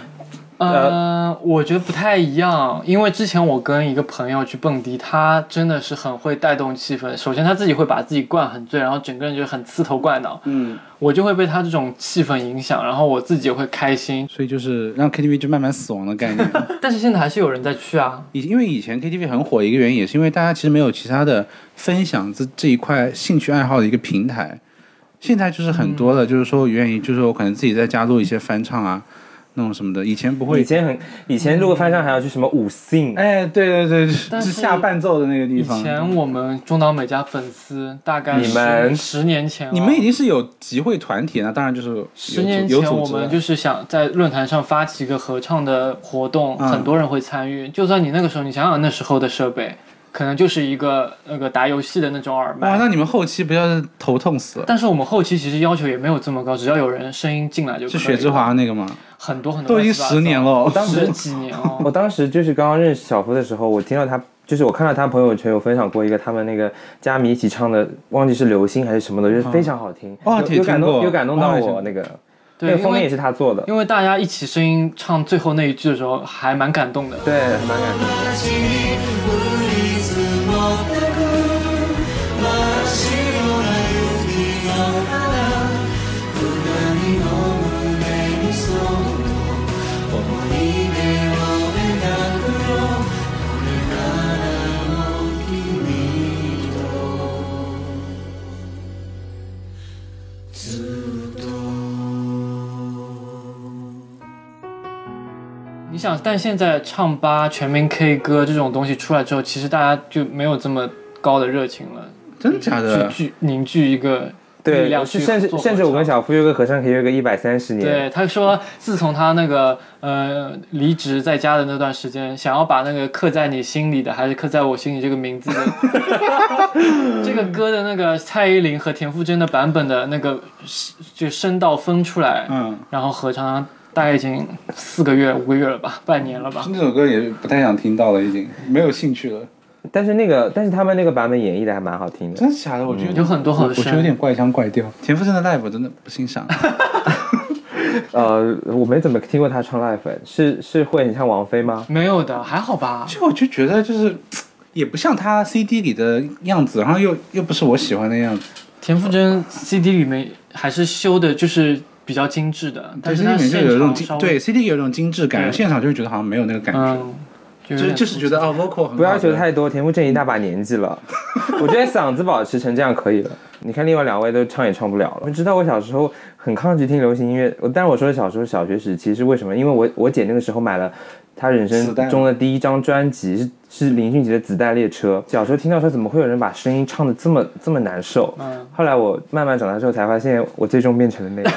A: 呃，我觉得不太一样，因为之前我跟一个朋友去蹦迪，他真的是很会带动气氛。首先他自己会把自己灌很醉，然后整个人就很刺头怪脑，
B: 嗯，
A: 我就会被他这种气氛影响，然后我自己也会开心。
B: 所以就是让 KTV 就慢慢死亡的概念。
A: 但是现在还是有人在去啊，
B: 以因为以前 KTV 很火，一个原因也是因为大家其实没有其他的分享这这一块兴趣爱好的一个平台。现在就是很多了，就是说愿意，就是我可能自己在家录一些翻唱啊，那种什么的。以前不
C: 以
B: 会，
C: 前很，以前
A: 嗯
C: 录个翻唱还要去什么五信，
B: 嗯哎，对对对，
A: 但
B: 是
A: 是
B: 下伴奏的那个地
A: 以
B: 方。
A: 前我们中岛美嘉粉丝大概
C: 你们
A: 十十年前、哦，
B: 你们已经是有集会团体了，那当然就是有
A: 十年
B: 有
A: 前
B: 组
A: 我
B: 织了
A: 们就是想在论坛上发起一个合唱的活动，
B: 嗯
A: 很多人会参与。就算你那个时候，你想想那时候的设备，可能就是一个那个打游戏的那种耳
B: 哇，
A: 麦。
B: 那你们后期不要是头痛死了？
A: 但是我们后期其实要求也没有这么高，只要有人声音进来就可以
B: 是
A: 了。
B: 雪之华那个吗？
A: 很多很多
B: 都已经十年， 了，
C: 当时
A: 十几年
C: 我
A: 哦。
C: 当时就是刚刚认识小夫的时候，我听到他，就是我看到他朋友圈有分享过一个他们那个佳米一起唱的，忘记是流星还是什么的，
A: 啊
C: 就是非常好听，
B: 哦
C: 有有感
B: 听
C: 动，
B: 过
C: 有感动到
B: 哦好
C: 我
B: 像
C: 那个，那
A: 对，
C: 个
A: 因
C: 封面也
A: 为
C: 是他做的，
A: 因为大家一起声音唱最后那一句的时候，还蛮感动的。
C: 对，很蛮感动。
F: 「
A: 你想，但现在唱吧、全民 K 歌这种东西出来之后，其实大家就没有这么高的热情了，
B: 真的假的？
A: 去聚凝聚一个力
C: 对，
A: 量
C: 是
A: 去
C: 甚至
A: 做合
C: 甚至我跟
A: 唱
C: 小夫约个合唱可以约个一百三十年，
A: 对，他说自从他那个呃离职在家的那段时间，想要把那个刻在你心里的，还是刻在我心里这个名字 的这个歌的那个蔡依林和田馥甄的版本的那个就声道分出来，
B: 嗯，
A: 然后合唱大概已经四个月、五个月了吧，半年了吧。
B: 那首歌也不太想听到了，已经没有兴趣了。
C: 但是那个但是他们那个版本演绎的还蛮好听的。
B: 真的假的？我觉得
A: 有很多很
B: 我我觉得有
A: 深
B: 点怪腔怪调。嗯田馥甄的 live 我真的不欣赏。
C: 呃，我没怎么听过他唱 live，是是会很像王菲吗？
A: 没有的，还好吧。
B: 就我就觉得就是，也不像他 CD 里的样子，然后又又不是我喜欢的样子。
A: 田馥甄 CD 里面还是修的，就是比较精致的，但是
B: 对
A: 它
B: CD 里面就
A: 现
B: 有一种
A: 场
B: 精
A: 稍，微
B: 对 CD 有一种精致感，
A: 对
B: 现场就会觉得好像没有那个感觉，
A: 嗯，就有
B: 就
A: 点
B: 就是觉得哦 vocal 很好
C: 不要求太多，田馥甄一大把年纪 了，我觉得嗓子保持成这样可以了。你看另外两位都唱也唱不了了。你知道我小时候很抗拒听流行音乐，我但是我说的小时候小学时期是为什么？因为我我姐那个时候买了她人
B: 子
C: 生
B: 弹
C: 中的第一张专辑是是林俊杰的《子弹列车》。小时候听到说怎么会有人把声音唱的这么这么难受？
A: 嗯
C: 后来我慢慢长大之后才发现，我最终变成了那 样。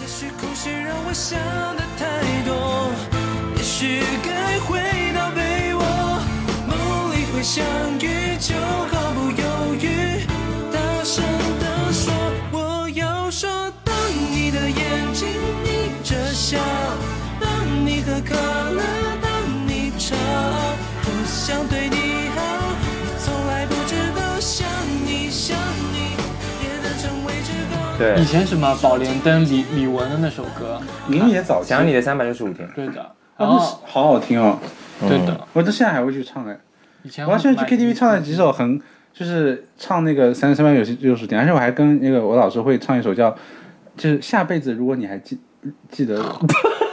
F: 也许故事让我想的太多，也许该回到被窝，梦里会相遇就毫不犹豫，大声地说，我要说，当你的眼睛眯着笑，当你喝可乐，当你吵，我想对你好，你从来不知道，想你想你，也能成为至高。
C: 对
A: 以，前什么宝莲灯李李玟的那首歌，
B: 明也早期
C: 想你的三百六十五天，
A: 对的，
B: 啊
A: 然
B: 那是
A: 后
B: 好好听哦，
A: 对的，
B: 我到现在还会去唱哎，
A: 以前
B: 我现在去
A: 买
B: KTV 唱了几首很就是唱那个三十三百六十六十天，而且我还跟那个我老师会唱一首叫就是下辈子如果你还记记得 我，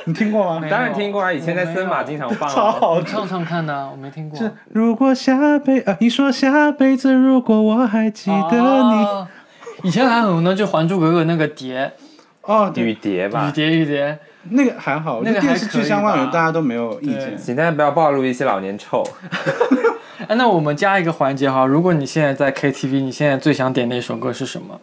B: 你听过 吗？
A: 没有
C: 当然听过啊，以前在森马经常放
B: 超
C: 啊。
B: 好
A: 你
B: 唱。
A: 唱唱看呢，我没听过。
B: 是如果下辈啊，你说下辈子如果我还记得你，
A: 啊以前还有呢，就《还珠格格》那个碟，
B: 哦，对
C: 雨，蝶吧
A: 雨，蝶雨蝶，
B: 那个还好，
A: 那个
B: 就电视
A: 还可
B: 剧
A: 以吧
B: 相关的大家都没有意
A: 对
B: 见。
C: 请大家不要暴露一些老年臭。
A: 哎，那我们加一个环节哈，如果你现在在 KTV，你现在最想点的一首歌是什么？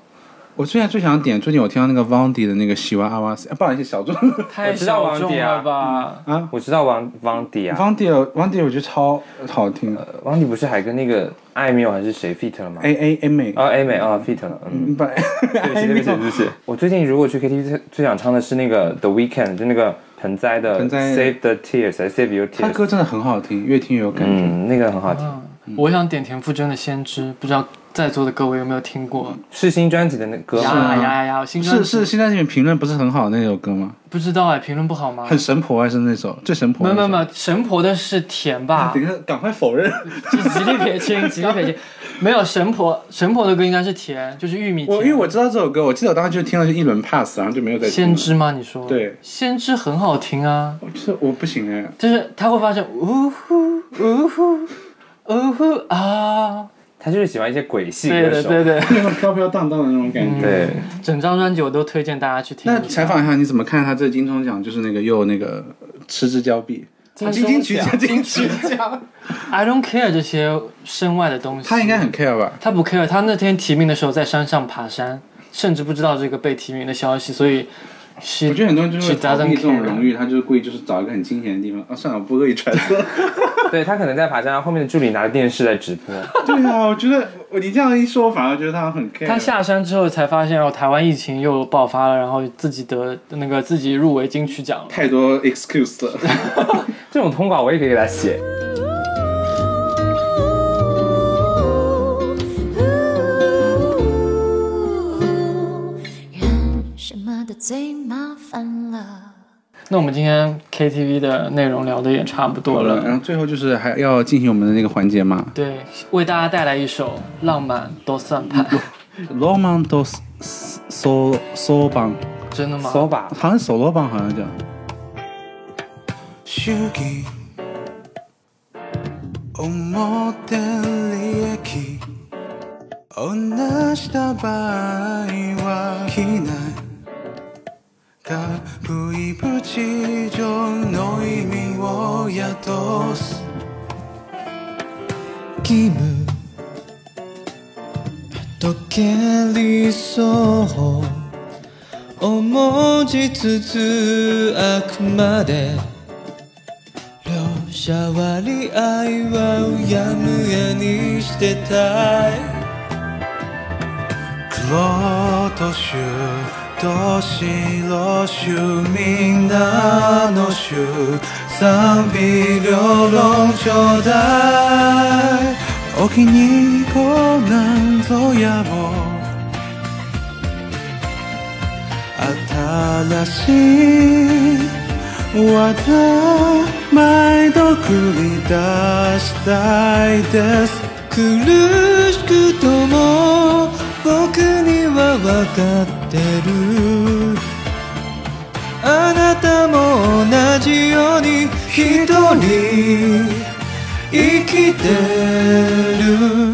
B: 我最近最想点，最近我听到那个 Vandy 的那个喜欢阿瓦斯，啊不好意思，小众
A: 太
C: 知道
A: 小
C: 王
A: 众
C: 迪啊
A: 了吧？
B: 啊
C: 我知道王王迪啊，
B: ，Vandy Vandy 我觉得超好听
C: 呃王迪不是还跟那个艾米尔还是谁 fit 了吗？
B: ，A A M 美，
C: 哦，艾美哦 fit 了，嗯，
B: 嗯不，
C: 对不起对不起对不起。我最近如果去 KTV 最最想唱的是那个 The Weeknd，就那个盆栽的
B: 盆栽
C: Save the Tears 还是 Save Your
B: 他
C: Tears，
B: 歌真的很好听，越听越有感觉。
C: 嗯，那个很好听，
A: 嗯，我想点田馥甄的《先知》，不知道在座的各位有没有听过？
C: 是新专辑的那歌吗？
A: 呀呀呀呀！新专
B: 是
A: 辑
B: 啊是，现在这边评论不是很好那首歌吗？
A: 不知道哎，评论不好吗
B: 很？神婆还是那首最神婆
A: 没
B: 的
A: 有
B: 那
A: 没
B: 首？啊
A: 有没有，神婆的是甜 吧？
B: 等一下，赶快否认！
A: 就极力撇清，极力撇清。没有神婆，神婆的歌应该是甜，就是玉米甜。
B: 我因为我知道这首歌，我记得我当时就听了就一轮 pass，然后就没有再听
A: 先
B: 了。
A: 知吗？你说
B: 对
A: 先知很好听啊，
B: 我就是我不 行哎，
A: 就是他会发现呜呼呜呼呜呼啊，
C: 他就是喜欢一些鬼系
A: 对
C: 歌
A: 的
C: 手。
A: 对的，
B: 那种飘飘荡荡的那种感觉。
C: 对
A: 整张专辑我都推荐大家去听
B: 那
A: 一下。
B: 采访一下，你怎么看他这金钟奖就是那个又那个嗤之交臂？啊
A: 金
B: 金
A: 钟
B: 金曲奖，
A: 奖
B: 金曲奖，
A: I don't care 这些身外的东西，
B: 他应该很 care 吧？
A: 他不 care。他那天提名的时候在山上爬山，甚至不知道这个被提名的消息，所以 she
B: 我觉得很多人就是
A: she
B: 为逃避
A: doesn't
B: 这种
A: care
B: 荣誉，他就是故意就是找一个很清闲的地方。啊，算了，我不恶意揣测。
C: 对，他可能在爬山，后面的助理拿着电视在直播。
B: 对啊，我觉得我你这样一说，我反而觉得他很 care。
A: 他下山之后才发现，哦，台湾疫情又爆发了，然后自己得那个自己入围金曲奖了。
B: 太多 excuse 了。
C: 这种通稿我也可以给他写。
E: 人什么都最麻烦了。
A: 那我们今天 KTV 的内容聊的也差不多
B: 然
A: 了，
B: 后最后就是还要进行我们的那个环节嘛。
A: 对，为大家带来一首《浪漫都算
B: 嗯
A: 盘》，
B: 罗曼都索索邦，
A: 真的吗？
C: 搜吧，
B: 好像索罗邦好像叫。
F: 手機表利益同じした場合は機内がブイブ地上の意味を宿す義務溶け理想を重じつつあくまで両者割合はうやむやにしてたい黒と白と白州みんなの州賛否両論ちょうだいお気にこなんぞやも新しい技毎度繰り出したいです苦しくとも僕には分かってるあなたも同じように一人生きてる